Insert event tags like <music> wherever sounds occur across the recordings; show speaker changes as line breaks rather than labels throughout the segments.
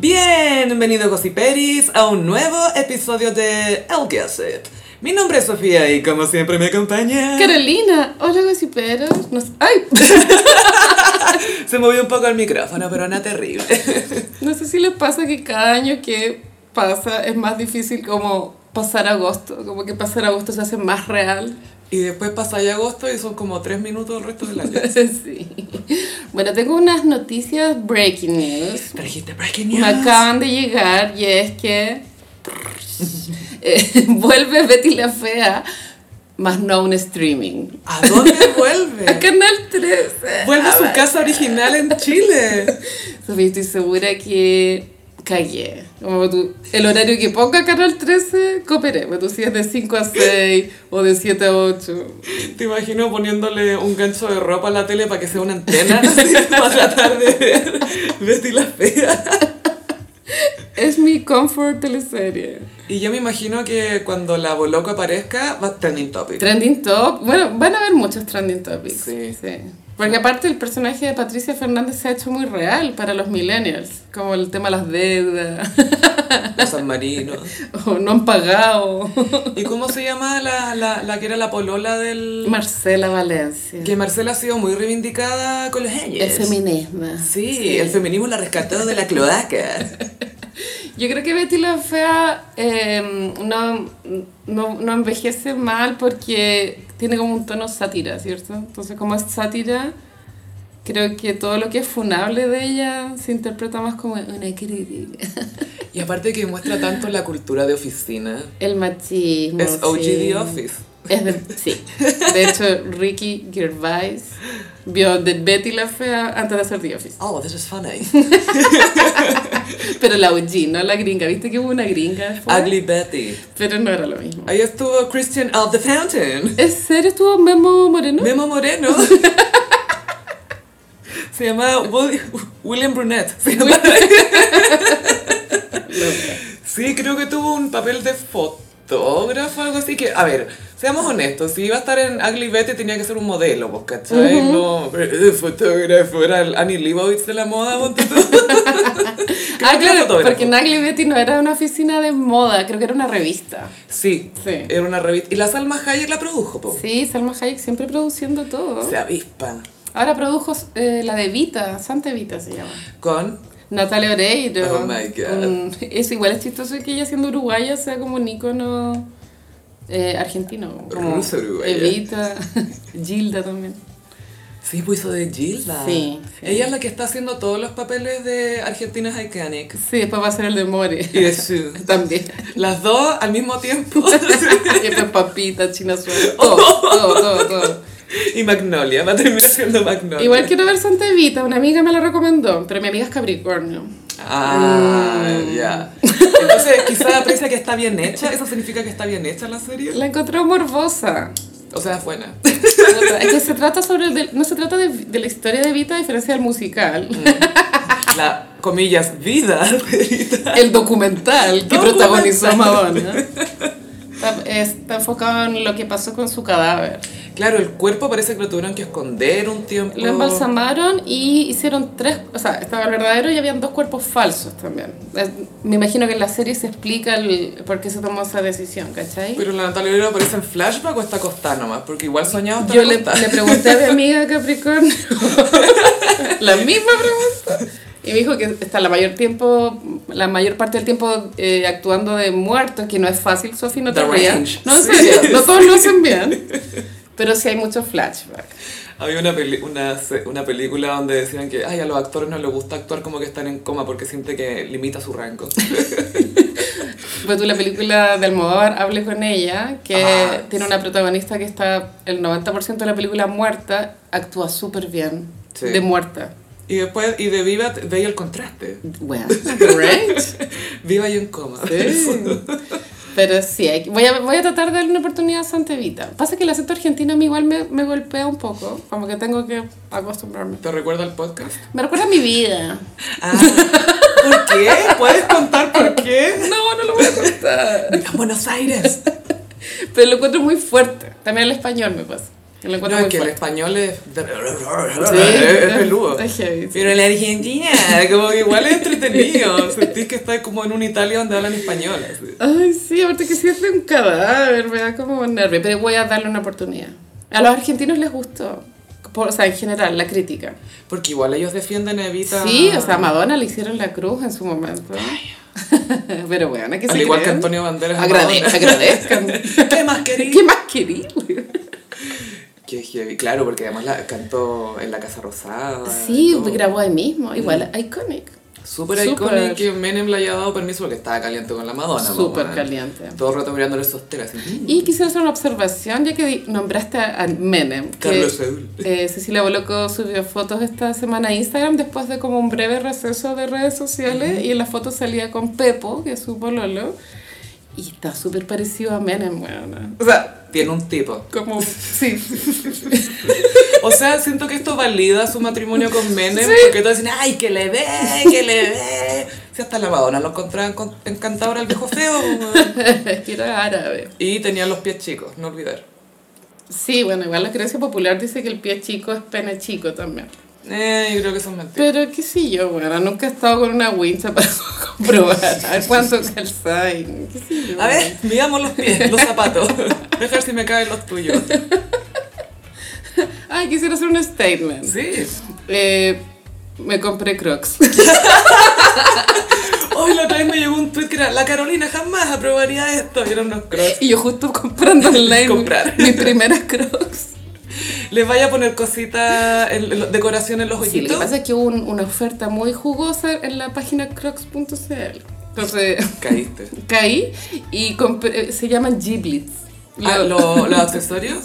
Bienvenido Gossiperis a un nuevo episodio de El Gossip. Mi nombre es Sofía y como siempre me acompaña...
Carolina, hola gossiperos. Nos... ¡Ay! <laughs>
Se movió un poco el micrófono, pero no terrible. <laughs>
No sé si les pasa que cada año que pasa es más difícil como pasar agosto, como que pasar agosto se hace más real.
Y después pasa ya agosto y son como tres minutos el resto del año.
<laughs> Sí. Bueno, tengo unas noticias breaking news.
Trajiste breaking
Me acaban de llegar y es que <laughs> eh, vuelve Betty la Fea, más no un streaming.
¿A dónde vuelve?
<laughs> A Canal 13.
Vuelve a su casa original en Chile.
Sofía, estoy segura que cagué. Como tú, el horario que ponga Canal 13, cooperé. Pero tú si es de 5 a 6 o de 7 a 8.
Te imagino poniéndole un gancho de ropa a la tele para que sea una antena <laughs> así, para tratar de ver Betty la Fea.
Es mi comfort teleserie.
Y yo me imagino que cuando la Boloco aparezca va a trending topic.
Trending top. Bueno, van a haber muchos trending topics.
Sí.
Porque aparte el personaje de Patricia Fernández se ha hecho muy real para los millennials. Como el tema de las deudas. <laughs>
Los San Marino.
O no
<laughs>
han pagado.
¿Y cómo se llama la, la, la que era la polola del...?
Marcela Valencia.
Que Marcela ha sido muy reivindicada con los
El
años.
feminismo.
Sí, el feminismo la rescató de la
<laughs>
cloaca.
Yo creo que Betty la Fea eh, no, no, no envejece mal porque tiene como un tono sátira, ¿cierto? Entonces, como es sátira, creo que todo lo que es funable de ella se interpreta más como una crítica.
Y aparte que muestra tanto la cultura de oficina.
<laughs> El machismo.
Es OG
Mm, sí.
The Office.
Es de- sí. De hecho, Ricky Gervais vio de Betty la Fea antes de hacer The Office.
Oh, this is funny.
Pero la OG, no la gringa. ¿Viste que hubo una gringa? después?
Ugly Betty.
Pero no era lo mismo.
Ahí estuvo Christian of the Fountain.
¿En serio estuvo Memo Moreno?
Memo
<laughs>
Moreno. Se llama Will- William Brunette. Se llama- <laughs> Sí, creo que tuvo un papel de fotógrafo, algo así que, a ver, seamos honestos, si iba a estar en Ugly Betty tenía que ser un modelo, ¿vos ¿cachai? No, pero, eh, fotógrafo, era el Annie Leibovitz de la moda, ponte tú.
<laughs> Ah,
Creo que era
claro,
fotógrafo.
porque Nagli Betty no era una oficina de moda, creo que era una revista.
Sí,
Sí.
era una revista. Y la Salma Hayek la produjo, po.
Sí, Salma Hayek siempre produciendo todo.
Se avispan.
Ahora produjo eh, la de Vita, Santa Vita se llama.
Con
Natalia Oreiro.
Oh my God.
Mm, eso igual es chistoso que ella siendo uruguaya sea como un ícono eh, argentino. Como
Rusa uruguaya.
Evita, <laughs> Gilda también.
Sí, pues hizo de Gilda.
Sí, sí.
Ella es la que está haciendo todos los papeles de Argentinas
<laughs>
Iconic.
Sí, después va a ser el de More.
Y de Sue.
<laughs> También.
Las dos al mismo tiempo. <laughs>
Y después papita, china suelta. Todo, todo, todo, todo.
y Magnolia, va a terminar siendo Magnolia.
Igual quiero ver Santa Evita, una amiga me la recomendó, pero mi amiga es Capricornio.
Ah, ya. Entonces, quizá aprecia que está bien hecha. ¿Eso significa que está bien hecha la serie?
La encontró morbosa.
O sea, es buena.
Es que se trata sobre el del- no se trata de, de la historia de Evita a diferencia del musical,
La, comillas, vida. <laughs>
el documental que
Documental.
protagonizó Madonna. Está, está enfocado en lo que pasó con su cadáver.
claro, el cuerpo parece que lo tuvieron que esconder un tiempo.
Lo embalsamaron y hicieron tres, o sea, estaba el verdadero y habían dos cuerpos falsos también. Es- Me imagino que en la serie se explica el, por qué se tomó esa decisión, ¿cachai?
Pero la Natalia Oreiro aparece en flashback o está acostada nomás, porque igual soñado está
Yo le,
acostada.
le pregunté a mi amiga Capricornio
<laughs>
la misma pregunta y me dijo que está la mayor tiempo la mayor parte del tiempo eh, actuando de muertos que no es fácil Sofi no te
The
rías
range.
no en
Sí.
serio no todos
<laughs>
lo hacen bien pero sí hay muchos flashbacks
Había una, peli- una, se- una película donde decían que Ay, a los actores no les gusta actuar como que están en coma porque siente que limita su rango.
pero Pues tú la película de Almodóvar hable con ella que
Ah,
tiene una protagonista que está el 90% de la película muerta actúa súper bien
Sí.
de muerta
Y después, y de Viva te- veía el contraste. <laughs>
bueno the range
Viva y en coma.
Sí. Pero sí, hay que- voy, a, voy a tratar de darle una oportunidad a Santa Evita. Pasa que el acento argentino a mí igual me, me golpea un poco, como que tengo que acostumbrarme.
¿Te recuerda el podcast?
Me recuerda a mi vida.
Ah, ¿Por qué? ¿Puedes contar por qué?
No, no lo voy a contar.
Viva Buenos Aires.
Pero lo encuentro muy fuerte. También el español me pasa. Que lo
No,
encuentro
es
muy
que el
fuerte.
español es.
Sí,
es peludo.
Es heavy. sí.
Pero en la Argentina, como que igual es entretenido. Sentís que estás como en una Italia donde hablan español. así.
Ay, sí, aparte que si es de un cadáver, me da como nervio, pero voy a darle una oportunidad. A los argentinos les gustó, por- o sea, en general, la crítica.
Porque igual ellos defienden a Evita.
Sí, o sea, a Madonna le hicieron la cruz en su momento. <laughs> pero bueno, ¿qué se
Al igual que
creen?
Antonio Banderas. a
Agrade-
Madonna.
agradezcan.
<laughs> ¿Qué más
<laughs> ¿Qué
querís?
más quería?
Qué heavy. Claro, porque además la cantó en la Casa Rosada. y
Sí,
todo.
grabó ahí mismo, igual, iconic.
Súper
Súper.
icónico que Menem le haya dado permiso porque estaba caliente con la Madonna. po,
Súper
weón.
caliente.
Todo el rato mirándole esos telas. así, mm.
Y quisiera hacer una observación, ya que di- nombraste a a Menem. que,
Carlos Saúl.
eh, Cecilia Boloco subió fotos esta semana a Instagram después de como un breve receso de redes sociales y en la foto salía con Pepo, que es su pololo, y está súper parecido a Menem, weona.
O sea, tiene un tipo. <laughs>
Como, sí, <laughs>
O sea, siento que esto valida su matrimonio con Menem
Sí.
porque todos dicen, ay, que le ve, que le ve. Si hasta la Madonna lo encontraban con- encantadora al viejo feo. weón.
que era árabe.
Y tenía los pies chicos, no olvidar.
Sí, bueno, igual la creencia popular dice que el pie chico es pene chico también.
Eh, yo creo que eso es mentira.
Pero qué sé yo, bueno, nunca he estado con una wincha <laughs> para
<laughs>
comprobar a ver cuánto calzáis, qué sé yo.
A ver, miramos los pies, los zapatos. Dejar si me caen los tuyos.
Ay, quisiera hacer un statement.
Sí.
Eh, me
<laughs>
compré crocs.
Hoy la otra vez me llegó un tweet que era, la Carolina jamás aprobaría esto. Y eran unos crocs.
Y yo
<laughs>
justo comprando online
Comprar.
mis primeras crocs.
<laughs> Les vaya a poner cositas, en- en lo- decoración en los
Sí, lo que
hoyitos.
pasa es que hubo un- una oferta muy jugosa en la página crocs.cl. Entonces <laughs>
Caíste.
caí y compré, se llaman giblets.
Ah,
Lo-
lo- ¿Los
<laughs>
accesorios?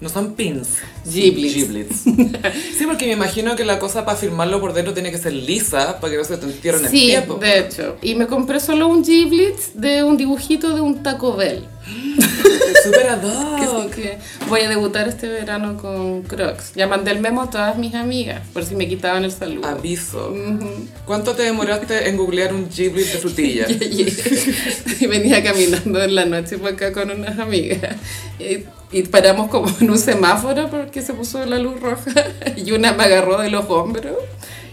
No son pins.
Giblets. <laughs>
Sí, porque me imagino que la cosa para firmarlo por dentro tiene que ser lisa para que no se te entierren en el
Sí,
tiempo.
de hecho. Y me compré solo un giblets de un dibujito de un Taco Bell.
Súper ad
Que
hoc.
sí que voy a debutar este verano con crocs. Ya mandé el memo a todas mis amigas, por si me quitaban el saludo.
Aviso.
Ujú.
¿Cuánto te demoraste en googlear un giblet de
<laughs>
frutilla?
Y- y- y venía caminando en la noche por acá con unas amigas y, y paramos como en un semáforo porque se puso la luz roja y una me agarró de los hombros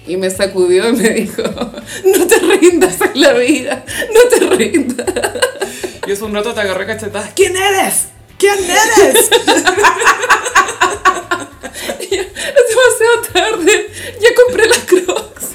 y me sacudió y me dijo no te rindas en la vida no te rindas
Y hace un rato te agarré cachetadas. ¿Quién eres? ¿Quién eres?
es demasiado tarde ya compré las crocs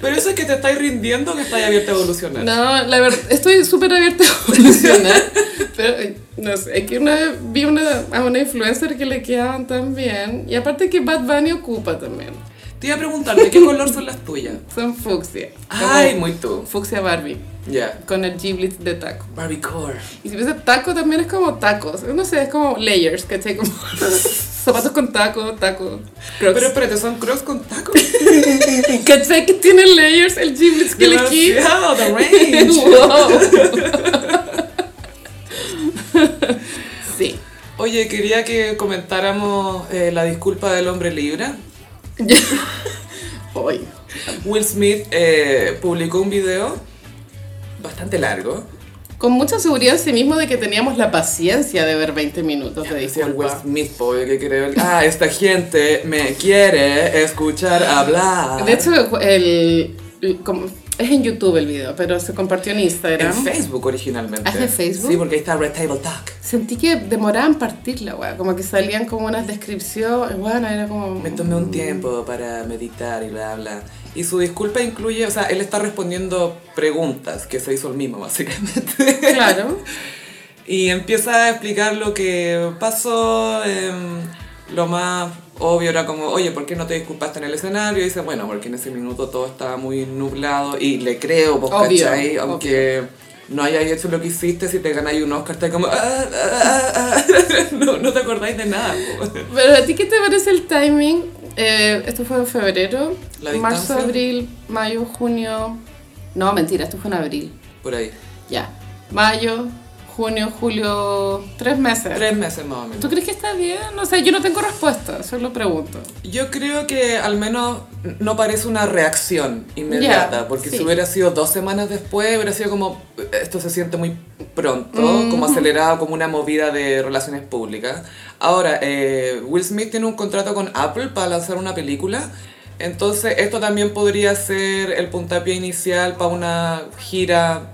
Pero eso es que te estáis rindiendo o que estáis abierta a evolucionar.
no la verdad estoy súper abierta a evolucionar <laughs> pero eh, no sé es que una vez vi una, a una influencer que le quedaban tan bien y aparte que Bad Bunny ocupa también
Te iba a preguntar, ¿de
<laughs>
qué color son las tuyas?
Son fucsia.
Ay,
Como
muy tú.
Fucsia Barbie.
Ya.
Con el giblet de taco.
Barbie Core.
Y si piensas taco, también es como tacos. No sé, es como layers, ¿cachai? Como <laughs> zapatos con taco, taco, crocs.
Pero espérate, ¿son crocs con tacos?
<laughs> ¿cachai? Que tiene layers el
<laughs>
giblet que le quita.
Demasiado,
<laughs>
the range.
Wow. <laughs> sí.
<laughs> Oye, quería que comentáramos eh, la disculpa del hombre libra.
Hoy.
Will Smith eh, publicó un video bastante largo.
Con mucha seguridad en sí mismo de que teníamos la paciencia de ver 20 minutos de
Decía el Will
disculpa.
Smith, pobre, que creo que- Ah, esta gente me quiere
<laughs>
escuchar hablar.
De hecho, el, el- como- es en YouTube el video, pero se compartió en
en
Instagram.
Facebook originalmente.
¿Ah, es de Facebook?
Sí, porque ahí está Red Table Talk.
Sentí que demoraban partirla, weá. Como que salían como unas descripciones, bueno, era como...
Me tomé un tiempo para meditar y bla, bla. Y su disculpa incluye, o sea, él está respondiendo preguntas que se hizo el mismo, <laughs> básicamente.
Claro.
Y empieza a explicar lo que pasó. em, lo más obvio era como, oye, ¿por qué no te disculpaste en el escenario? Y dice, bueno, porque en ese minuto todo estaba muy nublado y le creo, pues,
Obvio,
¿cachai? Aunque no hayas hecho lo que hiciste, si te ganáis un Oscar, estás como, "Ah, ah, ah, ah". <laughs> no, no te acordáis de nada. po.
Pero a ti, ¿qué te parece el timing? Eh, esto fue en febrero.
¿La
marzo,
distancia?
abril, mayo, junio... No, mentira, esto fue en abril.
Por ahí.
Ya. Mayo, junio, julio... Tres meses.
Tres meses más o menos.
¿Tú crees que está bien? No sé, yo no tengo respuesta, solo pregunto.
Yo creo que al menos no parece una reacción inmediata,
Ya,
porque
sí.
si hubiera sido dos semanas después, hubiera sido como, esto se siente muy pronto, como acelerado, como una movida de relaciones públicas. Ahora, eh, Will Smith tiene un contrato con Apple para lanzar una película. Entonces, esto también podría ser el puntapié inicial para una gira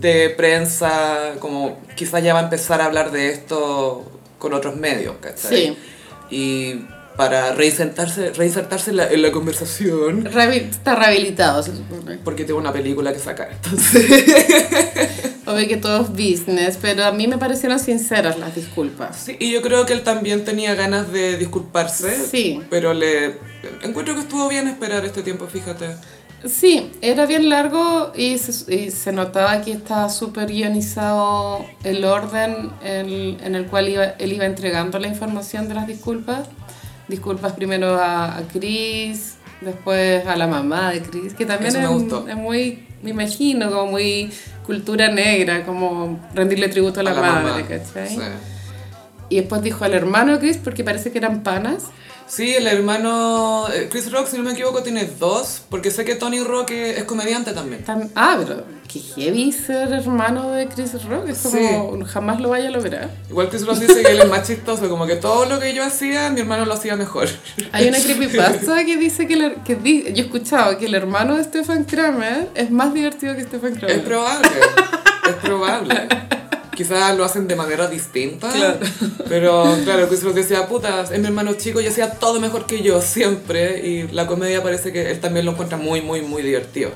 de prensa, como quizás ya va a empezar a hablar de esto con otros medios, ¿cachai?
Sí.
Y para reinsertarse, reinsertarse en, la, en la conversación,
Rehabi- está rehabilitado, se supone.
porque tengo una película que sacar, entonces...
Obvio que todo es business, pero a mí me parecieron sinceras las disculpas.
Sí, y yo creo que él también tenía ganas de disculparse,
Sí.
pero le... Encuentro que estuvo bien esperar este tiempo, fíjate.
Sí, era bien largo y se, y se notaba que estaba súper guionizado el orden en, en el cual iba- él iba entregando la información de las disculpas. Disculpas primero a, a Chris, después a la mamá de Chris, que también
Eso me
es,
gustó.
es muy, me imagino, como muy cultura negra, como rendirle tributo a la, madre, ¿cachai?
Sí.
Y después dijo al hermano de Chris porque parece que eran panas.
Sí, el hermano eh, Chris Rock, si no me equivoco, tiene dos, porque sé que Tony Rock es es comediante también.
Tam- ah, pero qué heavy ser hermano de Chris Rock. Es
Sí.
como jamás lo vaya a lograr.
Igual Chris Rock dice que él es más chistoso, como que todo lo que yo hacía, mi hermano lo hacía mejor.
Hay una creepypasta que dice que, el her- que di- yo he escuchado que el hermano de Stefan Kramer es más divertido que Stefan
Es
Kramer.
probable, es probable. Quizás lo hacen de manera distinta,
Claro.
pero claro, Chris Rock decía, puta, es mi hermano chico y hacía todo mejor que yo siempre, y la comedia parece que él también lo encuentra muy, muy, muy divertido.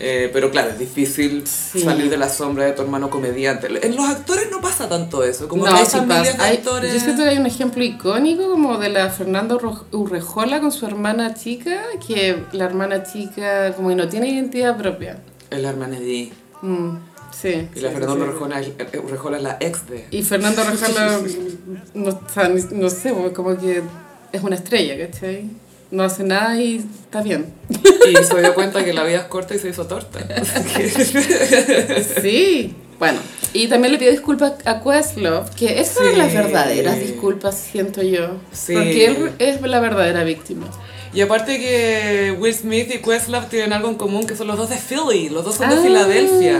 Eh, pero claro, es difícil
Sí.
salir de la sombra de tu hermano comediante. En los actores no pasa tanto eso, como que
no,
hay
sí
familias
pasa.
de
Hay-
actores...
yo siento que hay un ejemplo icónico como de la Fernando Ro- Urrejola con su hermana chica, que la hermana chica como que no tiene identidad propia.
Es la hermana de Di,
Mm, sí.
y la
sí,
Fernando
sí.
Urrejola es- Urrejola es la ex de...
Y Fernando Rajala, no, está ni- no sé, como que es una estrella, ¿cachai? No hace nada y
<laughs>
está bien.
Y se dio cuenta que la vida es corta y se hizo
<laughs>
torta.
Sí. Bueno, y también le pido disculpas a Questlove, que esas son
Sí.
las verdaderas disculpas, siento yo.
Sí.
Porque él es la verdadera víctima.
Y aparte que Will Smith y Questlove tienen algo en común, que son los dos de Philly, los dos son de
Ah.
Filadelfia.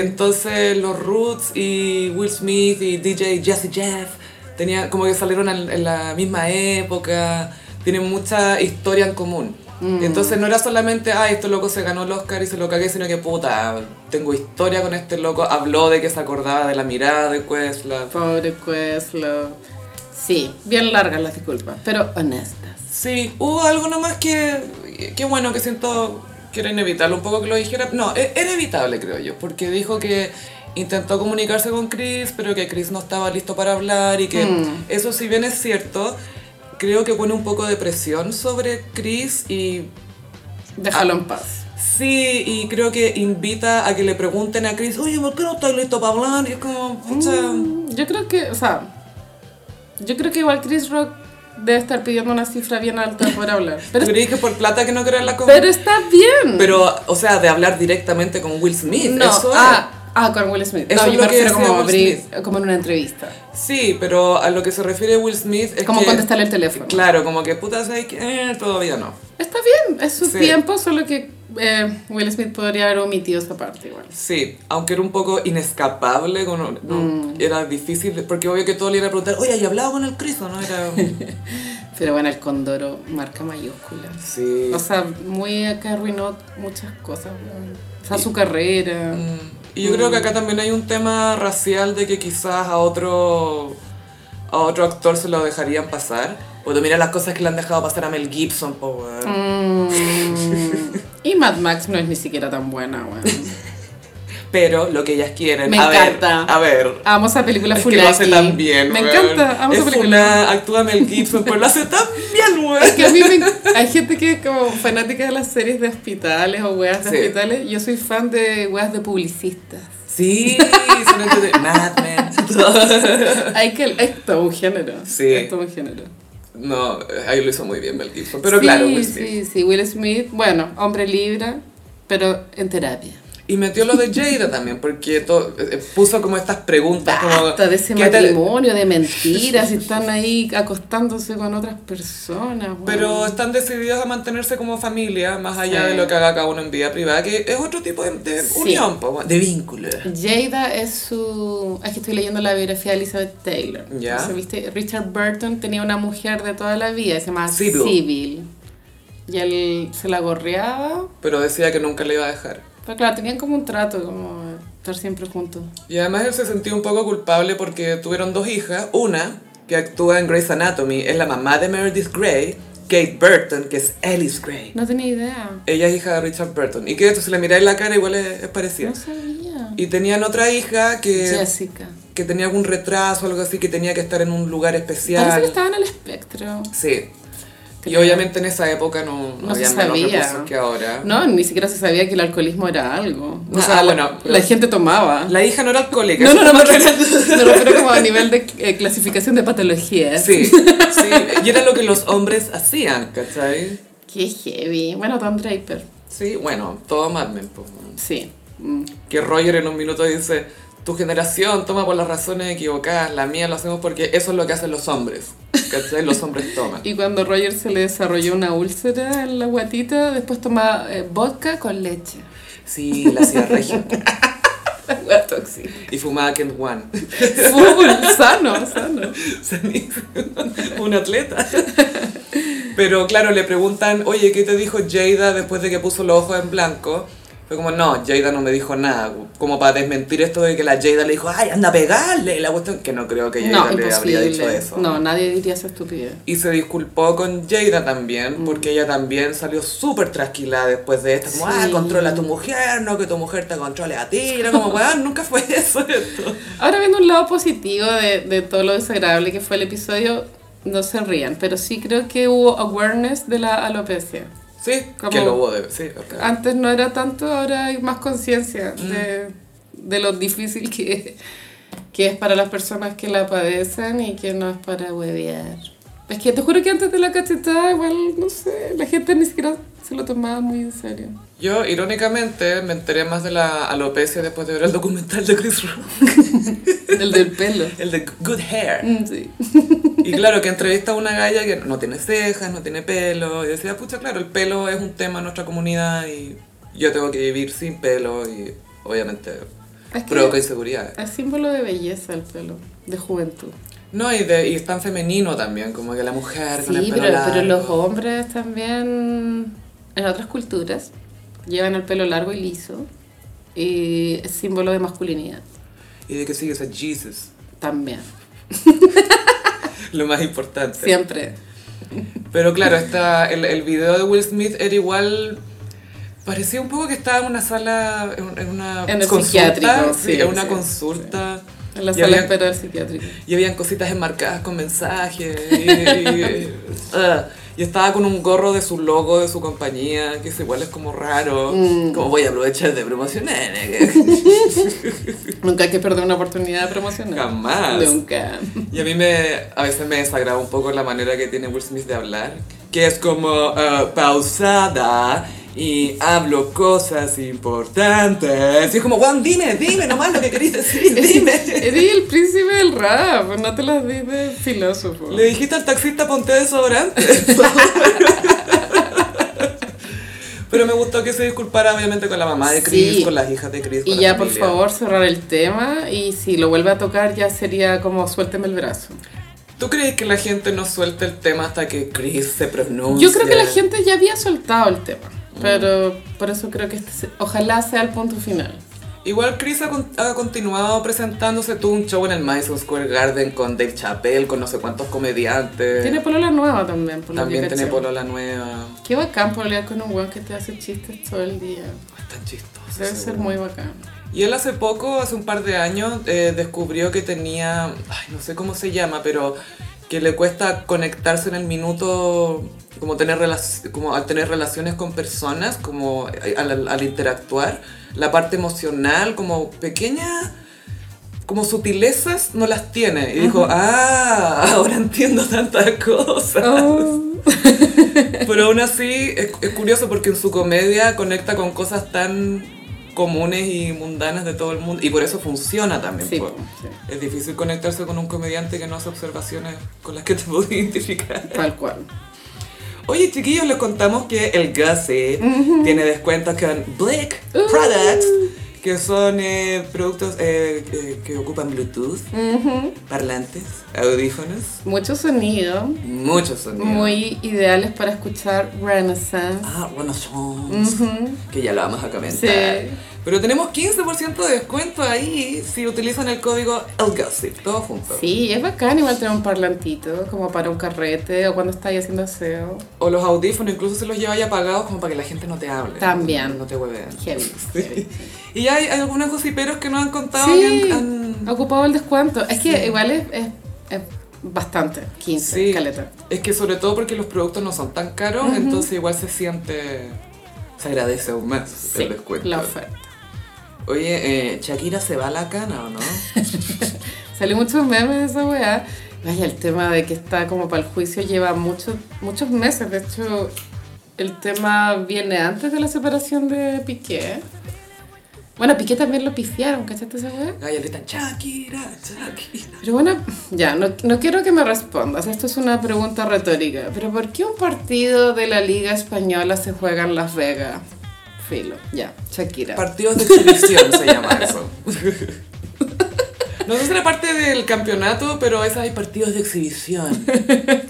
Entonces los Roots y Will Smith y DJ Jazzy Jeff tenía, como que salieron al- en la misma época, tienen mucha historia en común. Entonces no era solamente, ay, este loco se ganó el Oscar y se lo cagué, sino que puta, tengo historia con este loco. Habló de que se acordaba de la mirada de Questlove.
Ah, Pobre Questlove. Sí, bien largas las disculpas, pero honestas.
Sí, hubo algo nomás que, que bueno, que siento que era inevitable, un poco que lo dijera. No, e- era evitable, creo yo, porque dijo que intentó comunicarse con Chris, pero que Chris no estaba listo para hablar y que
Mm.
eso si bien es cierto, creo que pone un poco de presión sobre Chris y
Déjalo
Ah.
en paz.
sí, y creo que invita a que le pregunten a Chris, oye, ¿por qué no estás listo para hablar? Y es como, pucha...
Mm, Yo creo que, o sea, yo creo que igual Chris Rock debe estar pidiendo una cifra bien alta
<laughs>
por hablar. Pero,
Pero es que por plata que no creer la
pero
conversación.
está bien.
Pero, o sea, de hablar directamente con Will Smith.
no,
eso es.
ah, ah, con Will Smith.
Eso
no,
es
yo
lo
me
que
refiero
decía
como,
Will
abrir- como en una entrevista.
Sí, pero a lo que se refiere Will Smith es
como
que...
contestarle el teléfono.
Claro, como que puta, ¿sabes qué? Eh, todavía no.
Está bien, es su
Sí.
tiempo, solo que eh, Will Smith podría haber omitido esa parte igual.
Sí, aunque era un poco inescapable, como no-
Mm.
era difícil, de- porque obvio que todo le iba a preguntar, oye, ¿y hablaba con el Chris o no? Era...
<laughs> Pero bueno, el Condoro, marca mayúscula.
Sí.
O sea, muy que arruinó muchas cosas. weón. O sea, su carrera.
Mm. Y yo creo que
Mm.
acá también hay un tema racial de que quizás a otro, a otro actor se lo dejarían pasar. Bueno, mira las cosas que le han dejado pasar a Mel Gibson, po, weón.
Mm. y Mad Max no es ni siquiera tan buena, weón.
Pero lo que ellas quieren.
Me
a
encanta.
Ver, a ver,
Amo esa película
Es que
Funaki.
lo hace tan bien,
Me
weón.
encanta, amo
es
esa película.
Una, actúa Mel Gibson, pero lo hace tan bien, weón.
Es que a mí me, hay gente que es como fanática de las series de hospitales o weas de
Sí.
hospitales. Yo soy fan de weas de publicistas.
Sí, son entretenidos. Mad Men. <laughs>
Hay que, es todo un género.
Sí.
Es todo un género.
No, ahí lo hizo muy bien Mel Gibson, pero pues,
Sí,
claro, Will Smith.
sí, sí. Will Smith, bueno, hombre libra, pero en terapia.
Y metió lo de Jada también, porque to- eh, puso como estas preguntas. como,
Basta de ese
¿qué tal-
matrimonio, de mentiras, y están ahí acostándose con otras personas. weón.
Pero están decididos a mantenerse como familia, más allá
Sí.
de lo que haga cada uno en vida privada, que es otro tipo de, de
Sí.
unión, po, de vínculo.
Jada es su... Aquí estoy leyendo la biografía de Elizabeth Taylor.
Ya.
Entonces, ¿viste? Richard Burton tenía una mujer de toda la vida, se llamaba
Sybil.
Sybil. Y él se la gorreaba.
Pero decía que nunca le iba a dejar.
Pero claro, tenían como un trato, como estar siempre juntos.
Y además él se sentía un poco culpable porque tuvieron dos hijas. Una, que actúa en Grey's Anatomy, es la mamá de Meredith Grey, Kate Burton, que es Alice Grey.
No tenía idea.
Ella es hija de Richard Burton. Y que esto, si le miráis la cara, igual es, es parecida.
No sabía.
Y eh, tenían otra hija que,
Jessica.
que tenía algún retraso o algo así, que tenía que estar en un lugar
Parece
especial.
que estaba en el espectro.
Sí. Y
Creo.
obviamente en esa época no, no
No se
había menos
sabía.
recursos que ahora.
No, ni siquiera se sabía que el alcoholismo era algo.
O sea,
la-
Ah, bueno, pero-
la gente tomaba.
La hija no era alcohólica.
No, no,
<laughs>
no, me refiero, me refiero como a nivel de eh, clasificación de patologías.
Sí, sí. Y era lo que los hombres hacían, ¿cachai?
Qué heavy. Bueno, Don Draper.
Sí, bueno, todo Mad Men. po.
Sí. Mm.
Que Roger en un minuto dice, tu generación toma por las razones equivocadas, la mía lo hacemos porque eso es lo que hacen los hombres. ¿Cachai? Los hombres toman.
Y cuando Roger se le desarrolló una úlcera en la guatita, después tomaba eh, vodka con leche. <laughs>
Sí, la hacía regio.
Hueá tóxica.
Y fumaba Kent One. <laughs>
Full, sano, sano.
un atleta. Pero claro, le preguntan, oye, ¿qué te dijo Jada después de que puso los ojos en blanco? Fue como, no, Jada no me dijo nada. Como para desmentir esto de que la Jada le dijo, ay, anda a pegarle. La cuestión, que no creo que Jada
No,
le habría dicho
imposible.
eso.
No, nadie diría esa estupidez.
Y se disculpó con Jada
Mm.
también, porque ella también salió súper trasquilada después de esto. Como, ah,
Sí.
controla a tu mujer, no que tu mujer te controle a ti. Era como, weón, <laughs> nunca fue eso esto.
Ahora viendo un lado positivo de, de todo lo desagradable que fue el episodio, no se rían, pero sí creo que hubo awareness de la alopecia.
Sí,
Como- Ah.
que lo hubo de... Sí, ok.
Antes no era tanto, ahora hay más conciencia de, de lo difícil que, que es para las personas que la padecen y que no es para huevear. Es que te juro que antes de la cachetada, igual, no sé, la gente ni siquiera se lo tomaba muy en serio.
Yo, irónicamente, me enteré más de la alopecia después de ver el documental de Chris Rock, <laughs>
El <laughs> del pelo.
el de Good Hair.
Mm, Sí.
Y claro, que entrevista a una galla que no tiene cejas, no tiene pelo, y decía, pucha, claro, el pelo es un tema en nuestra comunidad y yo tengo que vivir sin pelo y obviamente
Es que
provoca inseguridad.
es símbolo de belleza el pelo, de juventud.
No, y, de, y es tan femenino también, como que la mujer con el
Sí,
pelo
pero,
largo.
pero los hombres también, en otras culturas, llevan el pelo largo y liso. Y es símbolo de masculinidad
Y de que sigues a Jesus, <laughs>
también.
lo más importante.
Siempre.
Pero claro, está el, el video de Will Smith era igual... Parecía un poco que estaba en una sala, en, en una
En el psiquiátrico,
sí,
sí,
en una
sí,
consulta.
En la
Y
sala de
había-
espera del psiquiátrico.
Y habían cositas enmarcadas con mensajes. Y, y- <laughs> ah, y estaba con un gorro de su logo, de su compañía, que es igual es como raro.
Mm.
Como voy a aprovechar de promocionar.
<laughs>
eh".
Nunca hay que perder una oportunidad de promocionar.
Jamás. <laughs>
Nunca.
Y a mí me, a veces me desagrada un poco la manera que tiene Will Smith de hablar, que es como eh, pausada y hablo cosas importantes. Y es como, Juan, dime, dime nomás lo que querés
<laughs>
decir, dime.
Eres el príncipe del rap, no te las di de filósofo.
Le dijiste al taxista ponte
<laughs>
desodorante. Pero me gustó que se disculpara obviamente con la mamá de Chris,
Sí.
con las hijas de Chris. con
Y
la
ya, por
familia.
favor, cerrar el tema. Y si lo vuelve a tocar, ya sería como suélteme el brazo.
¿Tú crees que la gente no suelta el tema hasta que Chris se pronuncie?
Yo creo que la gente ya había soltado el tema,
Mm.
pero por eso creo que este se- ojalá sea el punto final.
Igual Chris ha, con- ha continuado presentándose. Tuvo un show en el Madison Square Garden con Dave Chappelle, con no sé cuántos comediantes.
Tiene polola nueva también, por lo
Eh, También
que
tiene
caché.
Polola Nueva.
Qué bacán pololear con un weón que te hace chistes todo el día.
Es tan chistoso.
Debe
ese
ser
weón. <laughs>
muy bacán.
Y él hace poco, hace un par de años, eh, descubrió que tenía, ay, no sé cómo se llama, pero que le cuesta conectarse en el minuto, como, tener relac- como al tener relaciones con personas, como al, al- al interactuar, la parte emocional, como pequeña, como sutilezas, no las tiene. Y dijo, ah, <laughs> ahora entiendo tantas cosas.
Oh.
Pero aún así es, es curioso porque en su comedia conecta con cosas tan comunes y mundanas de todo el mundo. Y por eso funciona también.
Sí,
po.
sí.
Es difícil conectarse con un comediante que no hace observaciones con las que te <laughs> puedes identificar.
Tal cual.
Oye, chiquillos, les contamos que el Gusset tiene descuentos con Blick
Uh.
Products, que son eh, productos eh, eh, que ocupan Bluetooth, parlantes, audífonos,
Mucho sonido.
muchos sonidos.
Muy ideales para escuchar Renaissance.
Ah, Renaissance, que ya lo vamos a comentar.
Sí.
Pero tenemos 15% de descuento ahí si utilizan el código ELGOSSIP, todo junto.
Sí, es bacán igual tener un parlantito, como para un carrete o cuando estáis haciendo aseo.
O los audífonos, incluso se los lleva ya apagados como para que la gente no te hable.
También.
No te hueveen.
Heavy.
Sí. Y hay, hay algunos gossiperos que nos han contado
Sí,
que han- han-
ocupado el descuento. Es que igual es, es- es bastante, 15,
Sí.
caleta.
Es que sobre todo porque los productos no son tan caros, entonces igual se siente... Se agradece aún más el descuento.
la oferta.
Oye, eh, Shakira se va a la cana, ¿o no?
Salió muchos memes de esa weá. Vaya, el tema de que está como para el juicio lleva muchos, muchos meses. De hecho, el tema viene antes de la separación de Piqué. Bueno, a Piqué también lo pifiaron, ¿cachaste esa weá?
Gaya gritan, Shakira, Shakira.
Pero bueno, ya, no, no quiero que me respondas, esto es una pregunta retórica, pero ¿por qué un partido de la Liga Española se juega en Las Vegas? Filo, ya, Shakira.
Partidos de exhibición se llama <laughs> eso. No sé si era parte del campeonato, pero a veces hay partidos de <laughs> exhibición.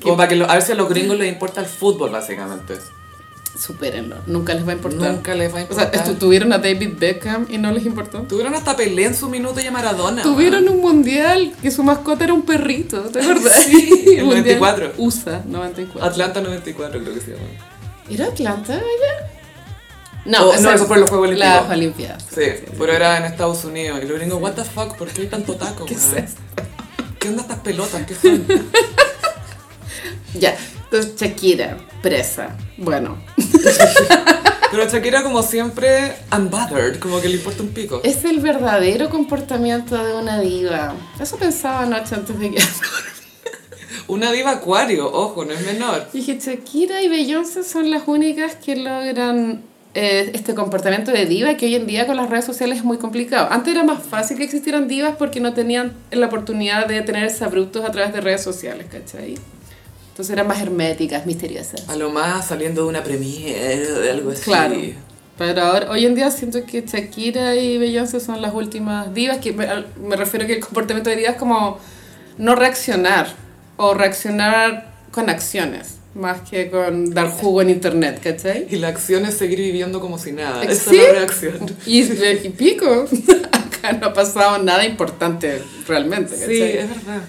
Como para que lo- a ver si a los gringos les importa el fútbol, básicamente.
Supérenlo, nunca les va a importar.
Nunca les va a
O sea,
importar.
estu- tuvieron a David Beckham y no les importó.
Tuvieron hasta Pelé en su minuto y a Maradona. Ah.
Tuvieron un mundial que su mascota era un perrito,
<laughs>
¿te acuerdas?
Sí,
<laughs>
el
Mundial
94.
USA, 94.
Atlanta 94 creo que se llama.
¿Era Atlanta ella?
Oh,
o sea,
no, eso fue los Juegos Olímpicos.
Las Olimpiadas.
Sí, pero era en Estados Unidos. Y los gringos, what the fuck, ¿por qué hay tanto taco?
¿Qué
weón?
es esto?
¿Qué onda estas pelotas? ¿Qué son?
Ya, entonces Shakira, presa. Bueno,
Pero Shakira como siempre, unbothered, como que le importa un pico.
es el verdadero comportamiento de una diva. Eso pensaba anoche antes de que... <laughs>
Una diva acuario, ojo, no es menor.
Dije, Shakira y Beyoncé son las únicas que logran eh, este comportamiento de diva que hoy en día con las redes sociales es muy complicado. Antes era más fácil que existieran divas porque no tenían la oportunidad de tener esos abruptos a través de redes sociales, ¿cachai? Entonces eran más herméticas, misteriosas.
A lo más saliendo de una premiere de algo así.
Claro. Pero ahora, hoy en día siento que Shakira y Beyoncé son las últimas divas, que me, al- me refiero que el comportamiento de divas es como no reaccionar o reaccionar con acciones, más que con dar jugo en internet, ¿cachai?
Y la acción es seguir viviendo como si nada.
¿Sí?
Esa es la reacción.
Y, y pico, <laughs> acá no ha pasado nada importante realmente, ¿cachai?
Sí, es verdad.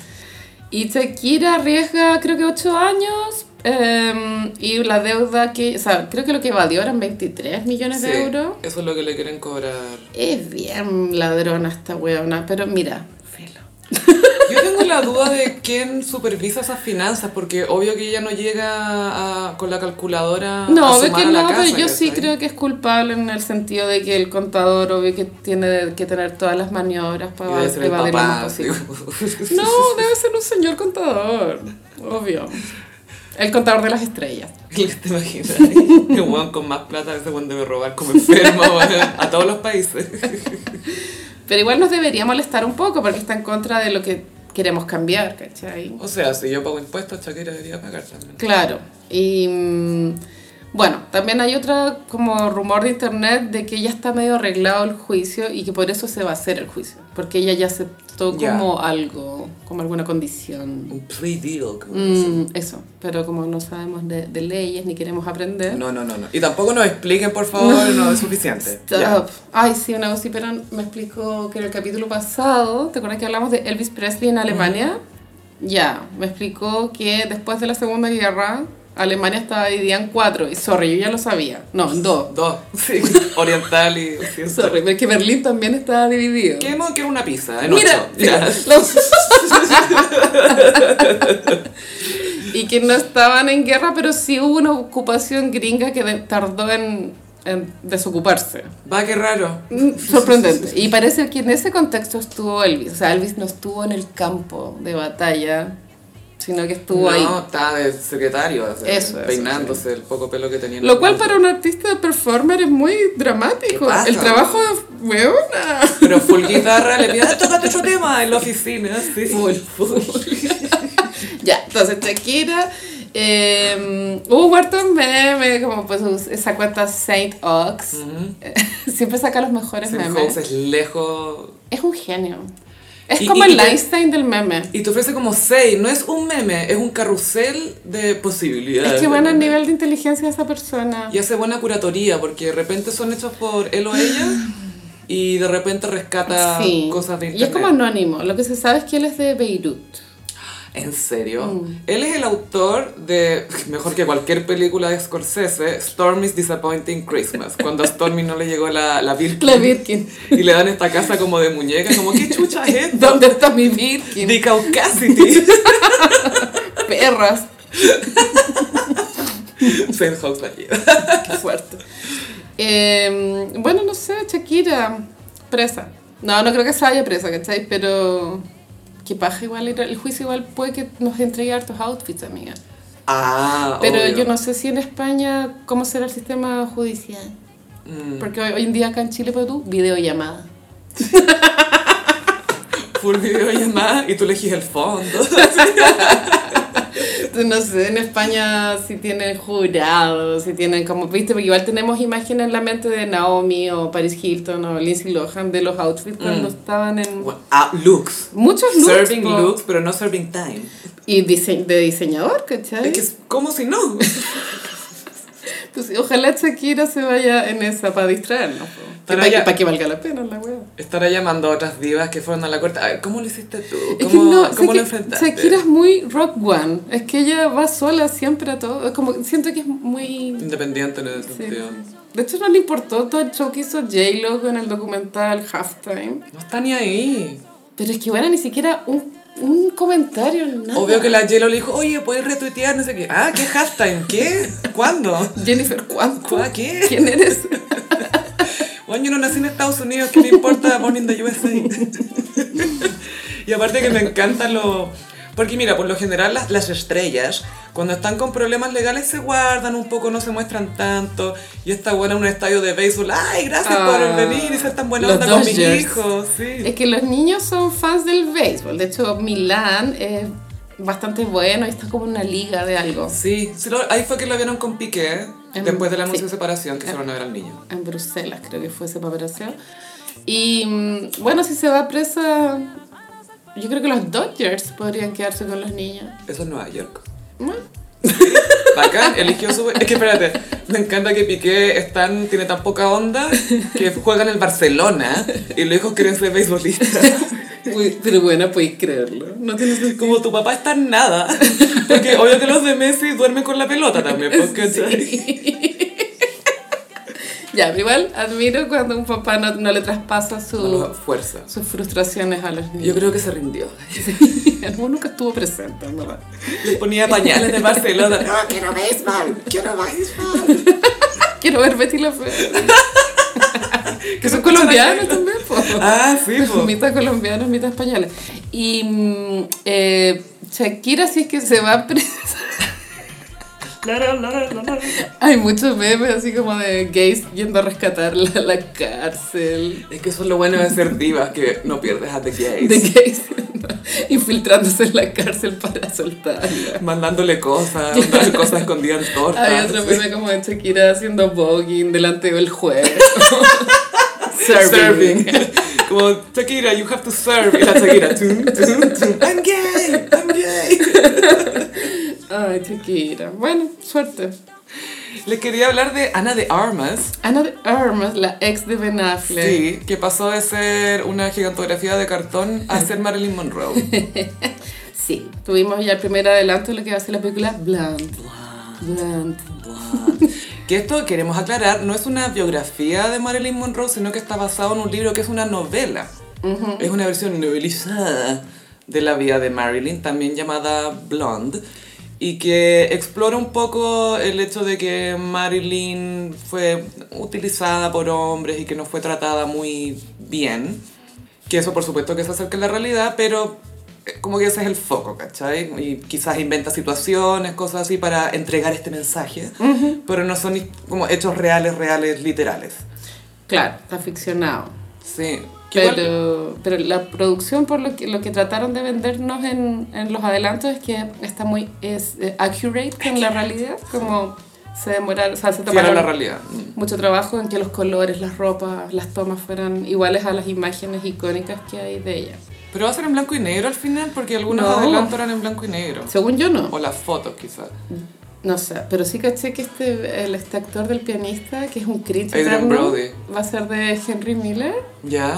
Y Shakira arriesga creo que 8 años em, y la deuda que, o sea, creo que lo que valió eran 23 millones
Sí,
de euros.
Eso es lo que le quieren cobrar.
Es bien ladrona esta weona, pero mira, filo.
Yo tengo la duda de quién supervisa esas finanzas, porque obvio que ella no llega a- con la calculadora. a
No, ve
sumar
que
a la
no,
casa,
pero yo sí
¿cachai?
creo que es culpable en el sentido de que el contador obvio que tiene que tener todas las maniobras
Y
para
debe ser el
evadir lo más
papá.
posible.
digo.
<laughs>
<laughs>
No, debe ser un señor contador, obvio. El contador de las estrellas.
¿Te imaginas? Un weón con más plata, ese weón debe robar como enfermo weón, a todos los países. <laughs>
Pero igual nos debería molestar un poco porque está en contra de lo que queremos cambiar, ¿cachai?
O sea, si yo pago impuestos, Shakira debería pagar también.
Claro. Y mm, bueno, también hay otra como rumor de internet de que ya está medio arreglado el juicio y que por eso se va a hacer el juicio. Porque ella ya aceptó
Ya.
como algo, como alguna condición.
Un plea deal. como
Mm, eso, pero como no sabemos de, de leyes ni queremos aprender.
No, no, no, no. Y tampoco nos expliquen, por favor, no, es suficiente.
<laughs> Stop.
Ya.
Ay, sí, una cosa, pero me explicó que en el capítulo pasado, ¿te acuerdas que hablamos de Elvis Presley en Alemania? Ya, me explicó que después de la Segunda Guerra, Alemania estaba dividida en cuatro. Y sorry, yo ya lo sabía. No, en dos.
Dos. Sí, <laughs> oriental y
<laughs>
occidental.
Sorry, pero es que Berlín también estaba dividido.
¿Qué hemos que una pizza? En
Mira,
ocho. <laughs> Ya.
la- <laughs> y que no estaban en guerra, pero sí hubo una ocupación gringa que de- tardó en- en desocuparse.
Va, qué raro.
Mm, Sorprendente. Y parece que en ese contexto estuvo Elvis. O sea, Elvis no estuvo en el campo de batalla, sino que estuvo ahí.
No, estaba de secretario, o sea,
Eso, eso,
peinándose el poco pelo que tenía. en
Lo
la
cual
punta.
para un artista de performer es muy
¿Qué
dramático.
pasa?
El trabajo ¡Huevona!
Pero full guitarra le pide, ah, tócate
<laughs>
otro tema en la oficina, sí.
Full,
<laughs>
ya, entonces Shakira. Eh, hubo un cuarto meme, como pues sacó esta Saint Ox.
Mm.
Siempre saca los mejores
Sam
memes.
Hawkes es lejos.
Es un genio. Es
Y-
como
y- y
el
te-
Einstein del meme.
Y te ofrece como seis, no es un meme, es un carrusel de posibilidades.
Es que bueno,
bueno
el nivel de inteligencia de esa persona.
Y hace buena curatoría, porque de repente son hechos por él o ella, y de repente rescata
Sí.
cosas de
Y es
internet.
como anónimo. Lo que se sabe es que él es de Beirut.
¿En serio?
Mm.
Él es el autor de, <laughs> mejor que cualquier película de Scorsese, Stormy's Disappointing Christmas, cuando a Stormy no le llegó la, la Birkin
<laughs> La Birkin. <laughs>
y le dan esta casa como de muñeca, como, ¿qué chucha es esto?
¿Dónde está mi Birkin?
The Caucasity. <laughs>
Perras.
Sam Hawkes la lleva.
<laughs> Qué fuerte. Eh, bueno, no sé, Shakira, presa. No, no creo que se vaya presa, ¿cachai? Pero que paja igual, ir al- el juicio igual puede que nos entregue hartos outfits, amiga.
Ah,
Pero
obvio.
yo no sé si en España cómo será el sistema judicial.
Mm.
Porque hoy, hoy en día acá en Chile, pues tú, videollamada.
Full videollamada y tú elegís el
<laughs>
fondo.
Entonces, Este, No sé, en España si tienen jurado, si tienen como, viste, porque igual tenemos imágenes en la mente de Naomi o Paris Hilton o Lindsay Lohan de los outfits cuando estaban en...
Bueno, ah, looks.
<laughs> Muchos looks.
Serving
po.
looks, pero no serving time.
Y dise- de diseñador, ¿cachai?
Es que es como si
<laughs>
no.
Pues, ojalá Shakira se vaya en esa para distraernos.
Pero
Para que,
ella-
pa' que valga la pena la wea.
Estará llamando a otras divas que fueron a la corte. A ver, ¿cómo lo hiciste tú? ¿Cómo,
Es que no,
cómo
sé
lo
que
enfrentaste?
Shakira es muy rock one. Es que ella va sola siempre a todo. Es Como, siento que es muy...
Independiente en ese
sí.
sentido.
De hecho, no le importó todo el show que hizo J-Lo con el documental Halftime.
No está ni ahí.
Pero es que, bueno, ni siquiera un, un comentario, nada.
Obvio que la Yelo le dijo, oye, puedes retuitear, no sé qué. Ah, ¿qué hashtag? ¿Qué? ¿Cuándo?
Jennifer, ¿cuánto?
¿Cuá- ¿Qué?
¿Quién <laughs> eres?
Bueno, yo no nací en Estados Unidos, ¿qué me importa Morning the USA? <laughs> y aparte que me encantan los... Porque mira, por lo general las, las estrellas, cuando están con problemas legales, se guardan un poco, no se muestran tanto. Y esta buena en un estadio de béisbol, ¡ay, gracias
Ah,
por venir y ser tan buena
los
onda con mis
Dodgers.
hijos! Sí.
Es que los niños son fans del béisbol. De hecho, Milán es bastante bueno y está como en una liga de algo.
Sí, sí, lo- ahí fue que la vieron con Piqué,
Em,
después del anuncio
sí.
de separación, que
Em.
se van a ver al niño.
En Bruselas, creo que fue esa operación. Y mm, bueno, si se va presa, yo creo que los Dodgers podrían quedarse con los niños.
Eso es Nueva York.
Bueno,
Bacán, eligió su... Es que espérate, me encanta que Piqué es tan- tiene tan poca onda que juega en el Barcelona y los hijos quieren ser beisbolistas.
uy, pero bueno, podéis creerlo. No tiene sentido.
Como tu papá está en nada. Porque obvio que los de Messi duermen con la pelota también. pues, Porque,
Ya, pero igual admiro cuando un papá no, no le traspasa su-
fuerza.
sus frustraciones a los niños.
Yo creo que se rindió.
<laughs> Alguno nunca estuvo presente, en ¿verdad?
Les ponía
<laughs>
pañales de Barcelona.
No, quiero béisbol, quiero béisbol.
Quiero ver Betty la Fea. que son
Quiero
colombianos
escuchar
también, po.
Ah, sí, po.
<laughs> mitad colombianos, mitad españoles. Y mm, eh, Shakira, si es que se va <laughs> presa. Hay muchos memes así como de gays yendo a rescatarla a la cárcel.
Es que eso es lo bueno de ser diva, que no pierdes a The Gays.
De gays <laughs> infiltrándose en la cárcel para soltarla.
Mandándole cosas, mandándole cosas escondidas en tortas.
Hay otro meme como de Shakira haciendo voguing delante del juez. <laughs>
serving. Como, Shakira, you have to serve. Y la Shakira, tum, tum, tum. I'm gay, I'm gay.
Ay, Shakira. Bueno, suerte.
Les quería hablar de Ana de Armas.
Ana de Armas, la ex de Ben Affleck.
Sí, que pasó de ser una gigantografía de cartón a ser Marilyn
<laughs>
Monroe.
Sí, Tuvimos ya el primer adelanto de lo que va a ser la película Blunt. Blunt.
<laughs> Que esto, queremos aclarar, no es una biografía de Marilyn Monroe, sino que está basado en un libro que es una novela. Es una versión novelizada de la vida de Marilyn, también llamada Blonde, y que explora un poco el hecho de que Marilyn fue utilizada por hombres y que no fue tratada muy bien. Que eso, por supuesto, que se acerca a la realidad, pero eh, como que ese es el foco, ¿cachai? Y quizás inventa situaciones, cosas así para entregar este mensaje, pero no son ni- como hechos reales, reales, literales.
Claro, está ficcionado.
Sí. Que igual-
Pero, pero la producción, por lo que, lo que trataron de vendernos en, en los adelantos, es que está muy es, eh, accurate con la realidad. Como se demoraron, o sea, se
sí, era
tomaron
la realidad. Mm.
mucho trabajo en que los colores, las ropas, las tomas fueran iguales a las imágenes icónicas que hay de ella.
Pero va a ser en blanco y negro al final, porque algunos
No.
adelantos eran en blanco y negro.
Según yo, no.
O las fotos, quizás.
No sé, pero sí caché que este, el, este actor del pianista, que es un cringe
Adrian
eterno,
Brody.
va a ser de Henry Miller.
Ya.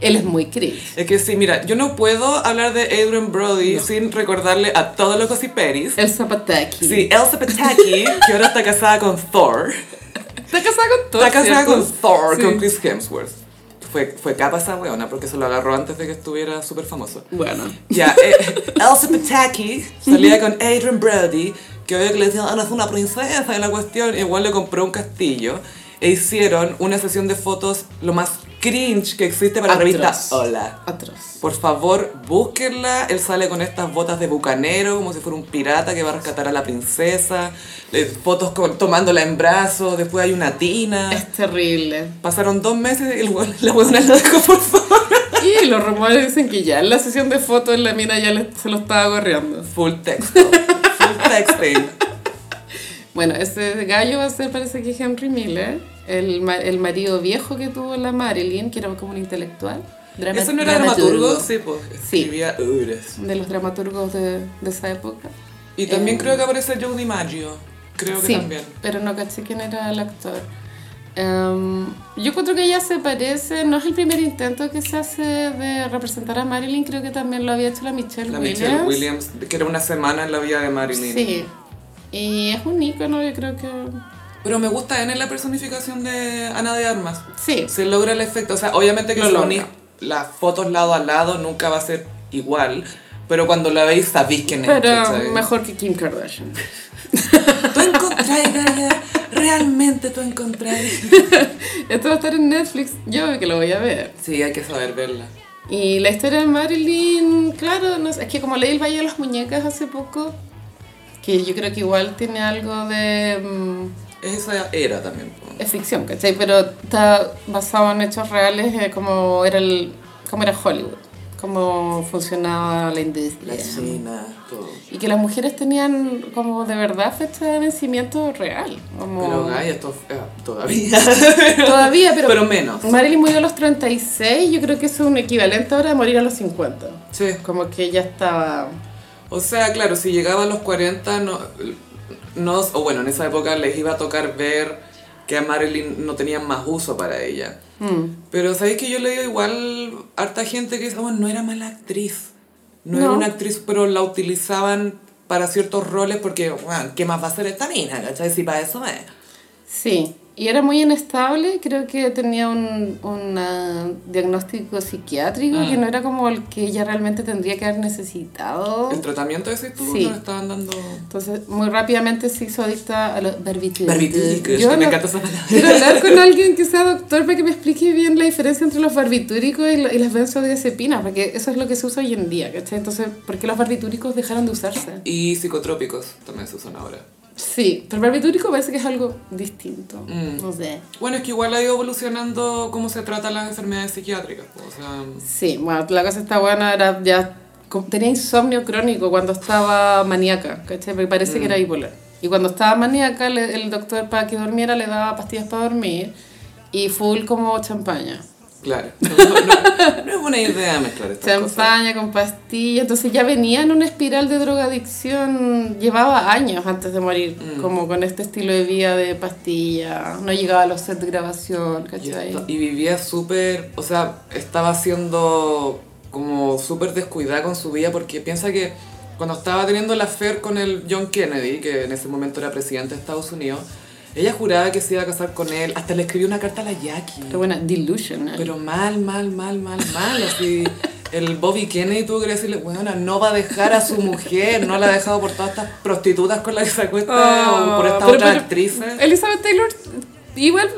Él es muy cringe.
Es que sí, mira, yo no puedo hablar de Adrian Brody sin recordarle a todos los gossiperis.
El Zapataki.
Sí, Elsa Pataki, que ahora está casada con Thor.
Está casada con todo.
Está casada con Thor,
Sí.
con Chris Hemsworth. Fue, fue capa esa weona porque se lo agarró antes de que estuviera súper famoso.
Bueno.
Ya,
<laughs>
eh, Elsa Pataki salía con Adrian Brody, que obvio que le decían, ah, no es una princesa y la cuestión. Igual le compró un castillo e hicieron una sesión de fotos lo más cringe que existe para
Atroz.
la revista Hola.
Atroz.
Por favor, búsquenla. Él sale con estas botas de bucanero, como si fuera un pirata que va a rescatar a la princesa. Le- fotos con- tomándola en brazos. Después hay una tina.
Es terrible.
Pasaron dos meses y el weón- la huevona lo dejó, por favor.
Y los rumores dicen que ya en la sesión de fotos la mina ya le- se lo estaba gorreando.
Full texto. Full texting.
Bueno, ese gallo va a ser, parece que Henry Miller, el, ma- el marido viejo que tuvo la Marilyn, que era como un intelectual. Drama-
¿Eso no era dramaturgo? Sí, pues.
Sí.
Escribía obras.
De los dramaturgos de, de esa época.
Y también
Eh.
creo que aparece Joe DiMaggio. Creo que
sí,
también.
pero no caché quién era el actor. Em, yo encuentro que ella se parece, no es el primer intento que se hace de representar a Marilyn, creo que también lo había hecho la Michelle
La
Williams.
Michelle Williams, que era una semana en la vida de Marilyn.
Sí, y es un ícono, yo creo que...
Pero me gusta en él la personificación de Ana de Armas.
Sí,
se logra el efecto. O sea, obviamente que
Lo
si
logra.
unís las fotos lado a lado nunca va a ser igual. Pero cuando la veis sabéis quién es. ¿cachai?
pero mejor que Kim Kardashian.
Tú encontráis, <laughs> Gaia, Realmente tú encontráis.
Esto va a estar en Netflix, yo que lo voy a ver.
Sí, hay que saber verla.
Y la historia de Marilyn, claro, no sé, es que como leí El Valle de las Muñecas hace poco, que yo creo que igual tiene algo de... mm,
Es esa era también. po.
es ficción, ¿cachai? Pero está basado en hechos reales eh, como era el como era Hollywood, cómo funcionaba la industria.
La China, todo.
Y que las mujeres tenían como de verdad fecha de vencimiento real. Como
Pero Gaia, esto eh, todavía.
<laughs> todavía, pero,
Pero menos.
Marilyn murió a los 36, yo creo que eso es un equivalente ahora de morir a los 50.
Sí.
Como que ya estaba...
O sea, claro, si llegaba a los 40, no, no- o bueno, en esa época les iba a tocar ver que a Marilyn no tenían más uso para ella.
hmm,
Pero sabéis que yo le digo igual harta gente que dice, bueno, no era mala actriz. No, era
No.
una actriz, pero la utilizaban para ciertos roles porque, bueno, ¿qué más va a hacer esta mina? ¿Cachai? Si para eso es.
Sí, y era muy inestable, creo que tenía un, un, ah, diagnóstico psiquiátrico
Ah.
que no era como el que ella realmente tendría que haber necesitado.
El tratamiento ese tú
Sí.
no le estaban dando...
Entonces, muy rápidamente se hizo adicta a los barbitúricos.
Barbitúricos,
Yo
que me
no-
encanta esa palabra.
Quiero hablar con alguien que sea doctor para que me explique bien la diferencia entre los barbitúricos y, lo- y las benzodiazepinas, porque eso es lo que se usa hoy en día, ¿cachai? Entonces, ¿por qué los barbitúricos dejaron de usarse?
Y psicotrópicos también se usan ahora.
Sí, pero el barbitúrico parece que es algo distinto.
Mm.
No sé.
Bueno, es que igual ha ido evolucionando cómo se tratan las enfermedades psiquiátricas. po, O sea...
Sí, bueno, la cosa está buena, era ya co- tenía insomnio crónico cuando estaba maníaca, ¿cachai? Porque parece
Mm.
que era bipolar. Y cuando estaba maníaca, le- el doctor para que durmiera le daba pastillas para dormir y full como champaña.
Claro, no, no- no es buena idea mezclar estas cosas.
Champaña con pastillas, entonces ya venía en una espiral de drogadicción, llevaba años antes de morir,
Mm.
como con este estilo de vida de pastillas, no llegaba a los sets de grabación,
Y,
¿cachai?
esto- y vivía súper, o sea, estaba siendo como súper descuidada con su vida porque piensa que cuando estaba teniendo la affair con el John Kennedy, que en ese momento era presidente de Estados Unidos, ella juraba que se iba a casar con él, hasta le escribió una carta a la Jackie.
Pero bueno, delusional.
Pero mal, mal, mal, mal, mal. Así, el Bobby Kennedy tuvo que decirle, bueno, no va a dejar a su mujer, no la ha dejado por todas estas prostitutas con las que se acuesta o Oh, por estas
Ah, Pero-
otras
pero eh,
actrices.
Elizabeth Taylor igual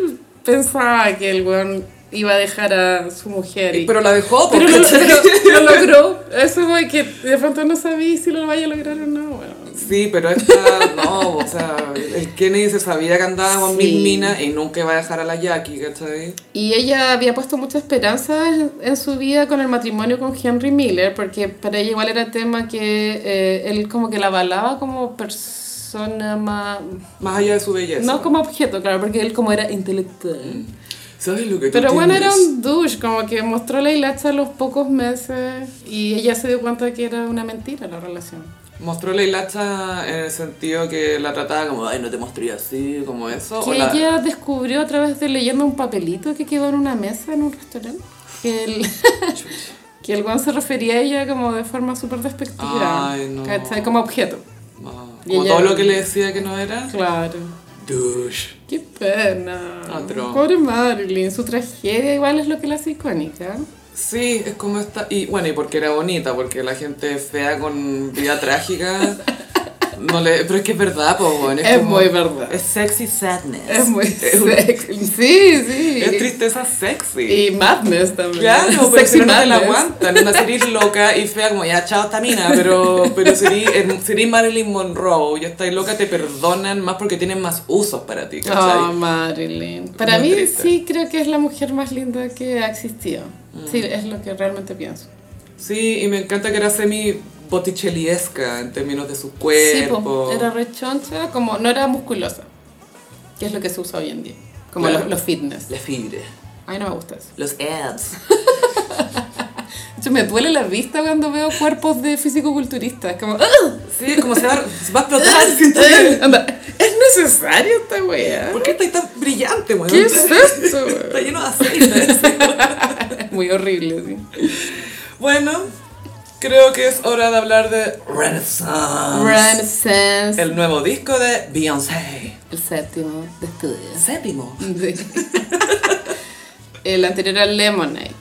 pensaba que el weón iba a dejar a su mujer. y-
Pero la dejó, pues,
pero
porque <laughs>
lo, pero lo logró. Eso fue que de pronto no sabía si lo vaya a lograr o no. weón.
Sí, pero esta, no, o sea, el Kennedy se sabía que andaba con
Sí.
mil minas y nunca iba a dejar a la Jackie, ¿cachai?
Y ella había puesto mucha esperanza en- en su vida con el matrimonio con Henry Miller, porque para ella igual era tema que eh, él como que la avalaba como persona más...
Más allá de su belleza.
No como objeto, claro, porque él como era intelectual.
¿Sabes lo que tú
Pero bueno, era
tienes?
un douche, como que mostró la hilacha a los pocos meses y ella se dio cuenta de que era una mentira la relación.
Mostró la hilacha en el sentido que la trataba como, ay, no te mostré así, como eso. o
Que
la-
ella descubrió a través de leyendo un papelito que quedó en una mesa en un restaurante. Que el, <laughs> que el weón se refería a ella como de forma súper despectiva.
Ay, no.
¿cachai? Como objeto.
Ah,
Y
como
ella-
todo lo que le decía que no era.
Claro.
Douche.
Qué pena.
Otro.
Pobre Marilyn. Su tragedia igual es lo que la hace icónica.
Sí, es como esta. Y bueno, y porque era bonita, porque la gente fea con vida
<laughs>
trágica. No le, pero es que es verdad, po, weón,
Es
como-
muy verdad.
Es sexy sadness.
Es muy
un-
sexy. Sí, sí.
es tristeza sexy.
Y Madness también. <laughs>
claro, pero
Sexy
si no, no te la
Madness.
aguantan. Una
<laughs>
serie loca y fea, como ya, chao, esta mina. Pero, pero sería Marilyn Monroe, ya estáis loca, te perdonan más porque tienen más usos para ti, ¿cachai?
Ah, Marilyn. Para
Muy
mí
triste.
sí creo que es la mujer más linda que ha existido.
Mm.
Sí, es lo que realmente pienso.
Sí, y me encanta que era semi botticelliesca en términos de su
Sí, po,
cuerpo.
era rechoncha, como no era musculosa, que es lo que se usa hoy en día, como
Claro.
los, los fitness.
La fibra,
A mí no me gusta eso.
los abs.
De hecho, me duele la vista cuando veo cuerpos de fisicoculturistas, como ¡ah!
Sí, como se va, se va a explotar,
<laughs>
siento <laughs> que-
Anda, es necesario esta wea.
¿Por qué estáis tan brillante, weón? <laughs>
¿Qué es esto?
Está
wea?
lleno de aceite.
Es <laughs> muy horrible, sí.
bueno, creo que es hora de hablar de Renaissance.
Renaissance, el,
El nuevo disco de Beyoncé.
séptimo de estudios.
Séptimo.
Sí. El anterior era Lemonade.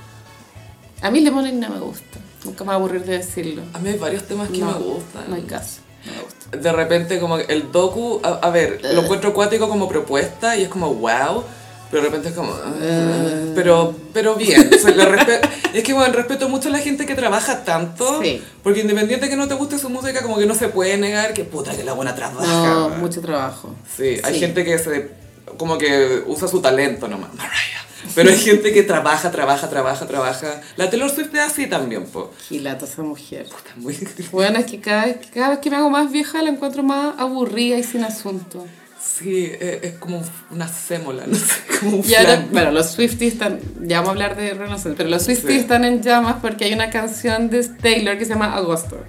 A mí Lemonade no me gusta. Nunca me va a aburrir de decirlo.
A mí hay varios temas que
no,
me gustan.
No hay caso. No me gusta.
de repente como que el docu, a, a ver, lo
Eh.
encuentro acuático como propuesta y es como wow, pero de repente es como... ah,
Eh.
Pero, pero bien, o sea, le respe- <laughs> es que bueno, respeto mucho a la gente que trabaja tanto,
Sí.
porque independiente que no te guste su música, como que no se puede negar que puta que la buena trabaja.
No,
man.
mucho trabajo.
Sí, hay gente que se, como que usa su talento nomás, Mariah. Pero hay gente que trabaja, trabaja, trabaja, trabaja. La Taylor Swift es así también, po.
Gilata esa mujer.
Está muy- <laughs>
Bueno, es que cada, vez- cada vez que me hago más vieja la encuentro más aburrida y sin asunto.
Sí, e-, es, es como una sémola, no sé, como un
Y ahora,
flan.
bueno, los Swifties están, ya vamos a hablar de Renaissance, pero los Swifties
Sí.
están en llamas porque hay una canción de Taylor que se llama Agosto.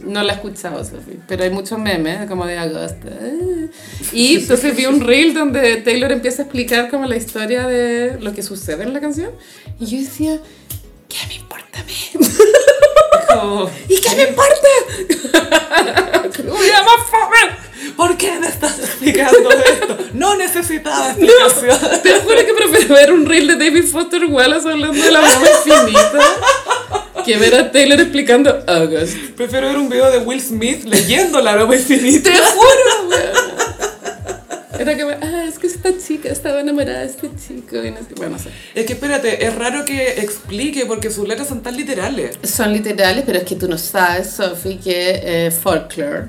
No la he escuchado, Sophie, pero hay muchos memes como de Agosto. ah. Y entonces vi un reel donde Taylor empieza a explicar como la historia de lo que sucede en la canción. Y yo decía, ¿qué me importa a mí?
Como,
¿Y qué me importa? <laughs> Como ya más fome.
¿Por qué me estás explicando esto? No necesitaba explicación.
Te juro que prefiero ver un reel de David Foster Wallace hablando de la broma infinita que ver a Taylor explicando August.
Prefiero ver un video de Will Smith leyendo la broma infinita.
Te juro, weón. Era como, ah, es que esta chica estaba enamorada de este chico. Y no sé- Bueno, no sé.
Es que espérate, es raro que explique porque sus letras son tan literales.
Son literales, pero es que tú no sabes, Sophie, que eh, folklore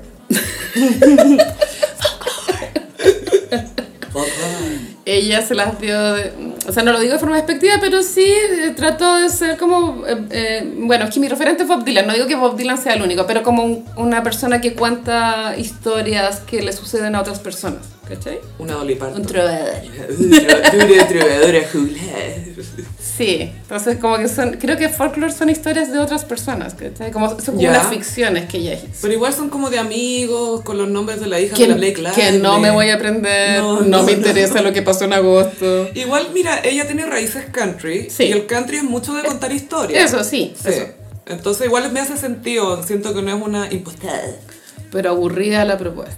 ella se las dio, de- o sea, no lo digo de forma despectiva, pero sí eh, trató de ser como, eh, eh, bueno, es que mi referente es Bob Dylan, no digo que Bob Dylan sea el único, pero como un- una persona que cuenta historias que le suceden a otras personas, ¿cachai?
Una doliparto.
Un trovador.
Dura, trovadora, juglar.
Sí, entonces como que son, creo que folklore son historias de otras personas, ¿cachai? Como son como
Ya.
unas ficciones que ella hizo.
Pero igual son como de amigos, con los nombres de la hija
Que,
de la Blake Lively.
que no me voy a aprender,
No,
no,
no,
me
no.
interesa lo que pasó en agosto.
Igual, mira, ella tiene raíces country
Sí. Eh,
y el country es mucho de contar historias.
Eso sí,
Sí.
eso.
Entonces igual me hace sentido, siento que no es una impostada.
Pero aburrida la propuesta.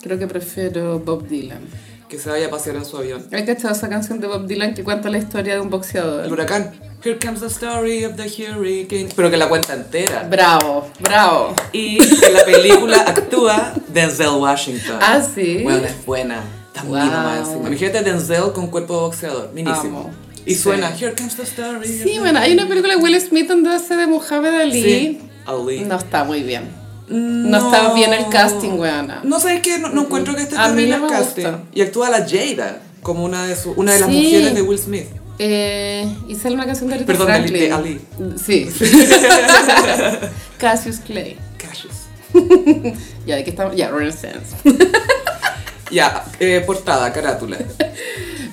Creo que prefiero Bob Dylan.
Que se vaya a pasear en su avión.
¿Has cachado esa canción de Bob Dylan que cuenta la historia de un boxeador?
El huracán. Here comes the story of the hurricane. Pero que la cuenta entera.
Bravo, bravo.
Y en la
<laughs>
película actúa Denzel Washington.
Ah, ¿sí?
Bueno, es buena. Tan
Wow.
mino más encima. Imagínate a Denzel con cuerpo de boxeador. Minísimo.
Amo.
Y
Sí.
suena Here comes the story. of
Sí,
the-
bueno, hay una película de Will Smith donde hace de Mohamed Ali.
Sí, Ali.
No está muy bien. No, está bien el casting, weona.
No sabes que no, no encuentro que esté
A
tan
mí
bien
no
el
me
casting.
gusta.
Y actúa la Jada como una de su, una de las
Sí.
mujeres de Will
<laughs>
Smith.
Eh, y sale una canción de Aretha
Perdón, de Ali- de
Franklin. Sí. Cassius Clay.
Cassius.
Ya, de qué estamos. Ya, Renaissance.
Ya, eh, portada, carátula.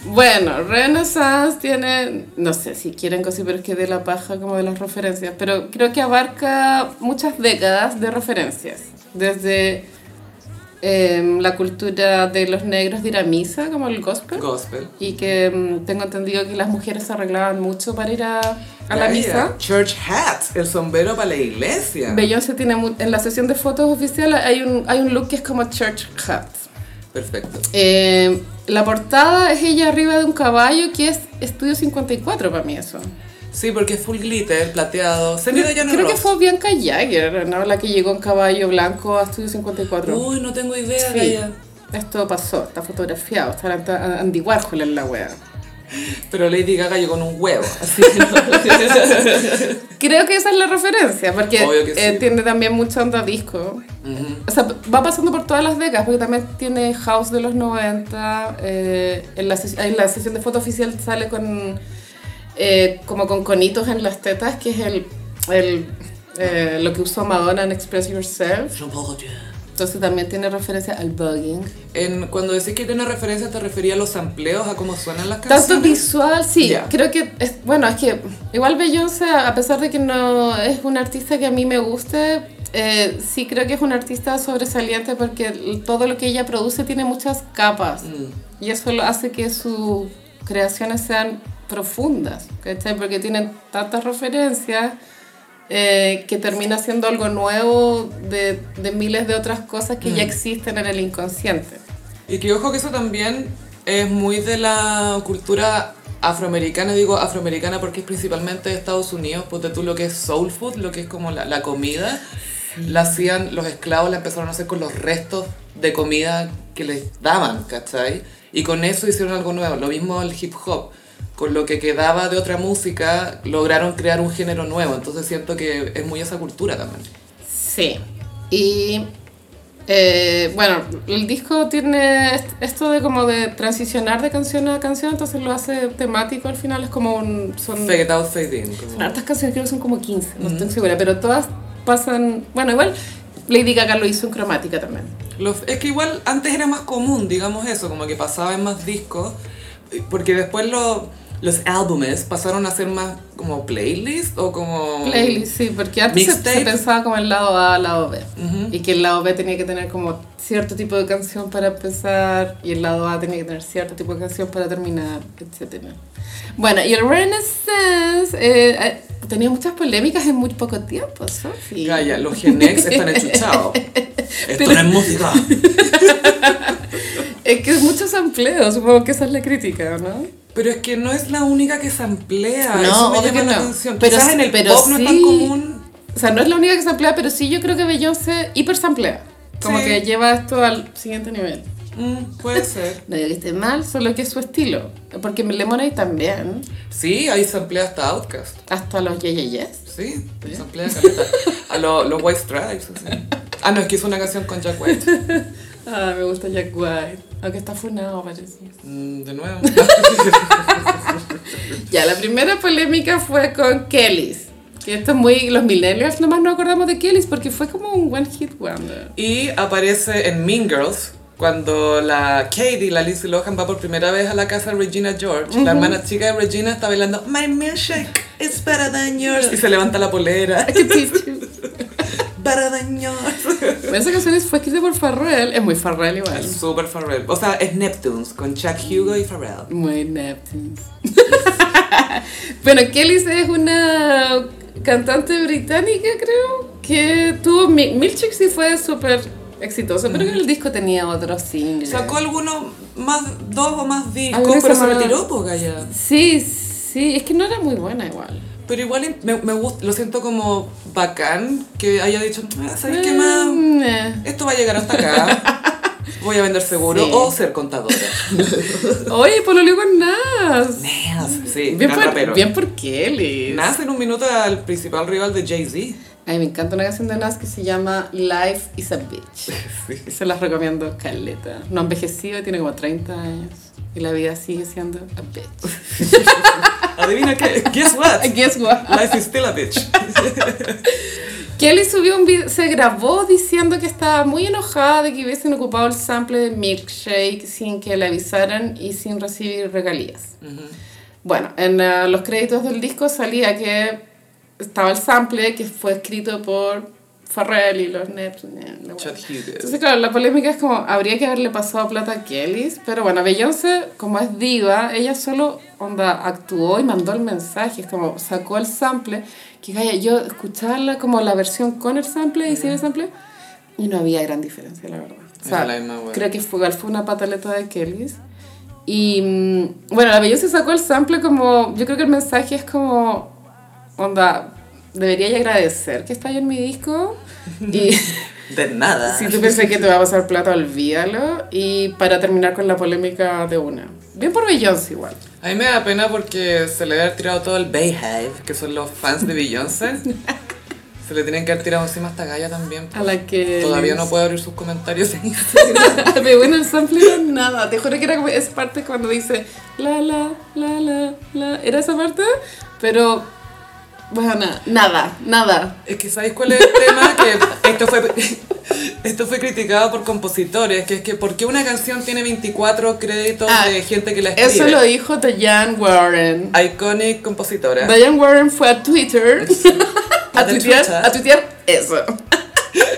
Bueno, Renaissance tiene, no sé si quieren cosas, pero es que de la paja como de las referencias, pero creo que abarca muchas décadas de referencias, desde em, la cultura de los negros de ir a misa, como el gospel,
Gospel.
y que em, tengo entendido que las mujeres se arreglaban mucho para ir a, a la
Ya,
misa.
ya. Church hat, el sombrero para la iglesia.
Beyoncé tiene, mu- en la sesión de fotos oficial hay un, hay un look que es como church hat.
Perfecto.
Eh, la portada es ella arriba de un caballo que es Estudio 54 para mí eso.
Sí, porque es full glitter, plateado. Se mira ya
Creo,
no
creo que fue Bianca Jagger, ¿no? La que llegó en caballo blanco a Estudio 54.
Uy, no tengo idea
Sí.
de ella.
Esto pasó, está fotografiado, está está Andy Warhol en la wea.
Pero Lady Gaga llegó con un huevo. Así que
<laughs>
no.
Creo que esa es la referencia, porque
Obvio que sí.
eh, tiene también mucha onda disco. O sea, va pasando por todas las décadas, porque también tiene House de los 90, eh, en, la ses- en la sesión de foto oficial sale con eh, como con conitos en las tetas, que es el, el, eh, lo que usó Madonna en Express Yourself. Entonces también tiene referencia al bugging.
En- cuando decís que tiene referencia, te refería a los sampleos, a cómo suenan las
Tanto
canciones.
visual, sí.
Ya.
Creo que, es, bueno, es que igual Beyoncé, a pesar de que no es una artista que a mí me guste, eh, sí creo que es una artista sobresaliente porque l- todo lo que ella produce tiene muchas capas.
Mm.
Y eso lo hace que sus creaciones sean profundas, ¿cachai? Porque tienen tantas referencias eh, que termina siendo algo nuevo de, de miles de otras cosas que ya existen en el inconsciente.
Y que ojo que eso también es muy de la cultura afroamericana, digo afroamericana porque es principalmente de Estados Unidos, pues de tú lo que es soul food, lo que es como la, la comida, la hacían los esclavos, la empezaron a hacer con los restos de comida que les daban, ¿cachai? Y con eso hicieron algo nuevo, lo mismo el hip hop, con lo que quedaba de otra música lograron crear un género nuevo, entonces siento que es muy esa cultura también.
Sí. Y eh, bueno, el disco tiene est- esto de como de transicionar de canción a canción, entonces lo hace temático al final, es como un... Son
Fade out, fade in. como-
son hartas canciones, creo que son como 15, no estoy segura, pero todas pasan... Bueno, igual Lady Gaga lo hizo en cromática también.
Los- es que igual antes era más común, digamos eso, como que pasaba en más discos, porque después lo- los álbumes pasaron a ser más como playlist o como...
Playlist, sí, porque antes se,
Mixtape.
se pensaba como el lado A, lado B. Y que el lado B tenía que tener como cierto tipo de canción para empezar y el lado A tenía que tener cierto tipo de canción para terminar, etc. Bueno, y el Renaissance eh, eh, tenía muchas polémicas en muy poco tiempo, Sofi.
Gaya, los Gen X están
<laughs>
enchuchados. Esto no es música.
Es que muchos empleos, supongo que esa es la crítica, ¿no?
Pero es que no es la única que se amplía.
No,
eso me
obvio
llama
que
la
no.
atención.
Pero
Quizás
sí-
en el
pero
pop no es tan
sí.
común.
O sea, no es la única que se emplea, pero sí yo creo que Beyoncé hiper Como
Sí.
que lleva esto al siguiente nivel.
Mm, puede ser.
No digo que esté mal, solo que es su estilo. Porque Lemonade también,
Sí, ahí se amplía hasta Outcast.
hasta los Yeah Yeah Yes.
Sí, se amplía caleta. A lo- los White Stripes. así. Ah, no, es que hizo una canción con Jack White.
Ah, me gusta Jack White. Aunque está funado, parece.
Mm, de nuevo.
Ya, la primera polémica fue con Kellys. Que esto es muy... Los millennials nomás nos acordamos de Kellys porque fue como un one hit wonder. <laughs>
Y aparece en Mean Girls cuando la Katie, la Lindsay Lohan, va por primera vez a la casa de Regina George. La hermana chica de Regina está bailando My milkshake is better than yours. Y se levanta la polera.
I can teach you.
<laughs> Better than yours.
Bueno, Esa canción fue escrita por Farrell. Es muy Farrell igual.
Es súper Pharrell. O sea, es Neptunes con Chuck Hugo y Pharrell.
Muy Neptunes. <laughs> bueno, Kelly es una cantante británica, creo, que tuvo Mi- Milkshake sí fue súper exitoso, pero que el disco tenía otros singles.
Sacó algunos más, dos o más discos,
Algunos
pero se
más.
retiró, pues, Gaya.
Sí, sí, es que no era muy buena igual.
Pero igual me, me gusta, lo siento como bacán que haya dicho, "Ah, ¿sabes qué más?
Mm, eh.
Esto va a llegar hasta acá. <laughs> Voy a vender seguro
Sí.
o ser contadora.
Oye, por lo digo con Nas.
Nas, sí,
Bien
gran rapero.
por, bien por Kelly.
Nas en un minuto al principal rival de Jay-Z.
A mí me encanta una canción de Nas que se llama Life is a Bitch.
Sí.
Se las recomiendo, Caleta. No ha envejecido, tiene como 30 años. Y la vida sigue siendo a bitch.
Adivina qué. Guess what?
Guess what?
Life is still a bitch.
Kelly subió un video, se grabó diciendo que estaba muy enojada de que hubiesen ocupado el sample de Milkshake sin que le avisaran y sin recibir regalías. Bueno, en eh, los créditos del disco salía que estaba el sample que fue escrito por Farrell y los Nets. la
Chad Hughes.
entonces, claro, la polémica es como, habría que haberle pasado plata a Kellys, pero bueno, Beyoncé, como es diva, ella solo, onda, actuó y mandó el mensaje, es como, sacó el sample, que vaya, yo escucharla como la versión con el sample y sin el sample, y no había gran diferencia, la verdad. O sea,
Era la misma hueá.
creo que fue, igual fue una pataleta de Kellys. Y mm, bueno, la Beyoncé sacó el sample como, yo creo que el mensaje es como, onda, debería ya agradecer que está yo en mi disco.
<laughs>
Y
De nada.
si tú pensás que te va a pasar plata, olvídalo. Y para terminar con la polémica de una. Bien por Beyoncé igual.
A mí me da pena porque se le había tirado todo el Bayhive, que son los fans de <laughs> Beyoncé. Se le tenían que haber tirado encima esta galla también.
A la que...
Todavía no puede abrir sus comentarios en Instagram. <laughs>
<laughs> Me bueno el sample era nada. Te juro que era como... Es parte cuando dice... La, la, la, la, la. Era esa parte, pero... Bueno, nada, nada, nada.
Es que ¿sabéis cuál es el tema? Que esto fue, <laughs> esto fue criticado por compositores, que es que ¿por qué una canción tiene 24 créditos
Ah,
de gente que la escribe?
Eso lo dijo Diane Warren.
Iconic compositora. <laughs>
Diane Warren fue a Twitter <laughs> a,
A de
tuitear,
Twitter.
a tuitear eso. <laughs>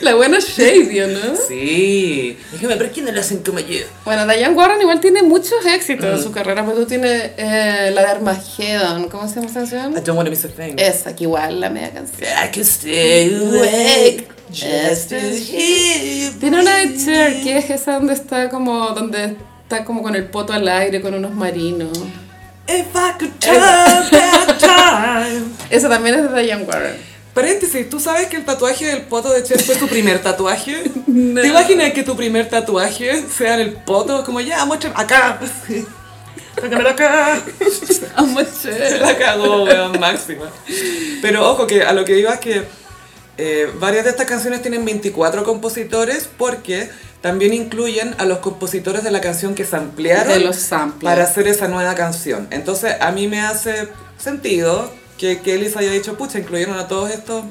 La buena shady, ¿o ¿no?
Sí. Dígame, ¿por qué no lo hacen como yo?
Bueno, Diane Warren igual tiene muchos éxitos
Mm.
en su carrera, pero tú tienes eh, la de Armageddon, ¿cómo se llama esa
I
canción?
don't want to miss a thing.
Esa, que igual la media canción.
I can stay awake just to hear you
Tiene una de
breathe.
Cher, que es esa donde está como, donde está como con el poto al aire, con unos marinos.
If I could turn back time.
Esa también es de Diane Warren.
Paréntesis, ¿tú sabes que el tatuaje del poto de Cher fue tu primer tatuaje?
<laughs> No.
¿Te imaginas que tu primer tatuaje sea en el poto? Como ya, muéstrame acá. Sácamelo acá.
Amo a
Se <laughs>
Cher.
la cagó, weón, máxima. Pero ojo, que a lo que iba es que eh, varias de estas canciones tienen 24 compositores porque también incluyen a los compositores de la canción que samplearon
De los samples.
para hacer esa nueva canción. Entonces a mí me hace sentido que Kelly se haya dicho, pucha, incluyeron a todos estos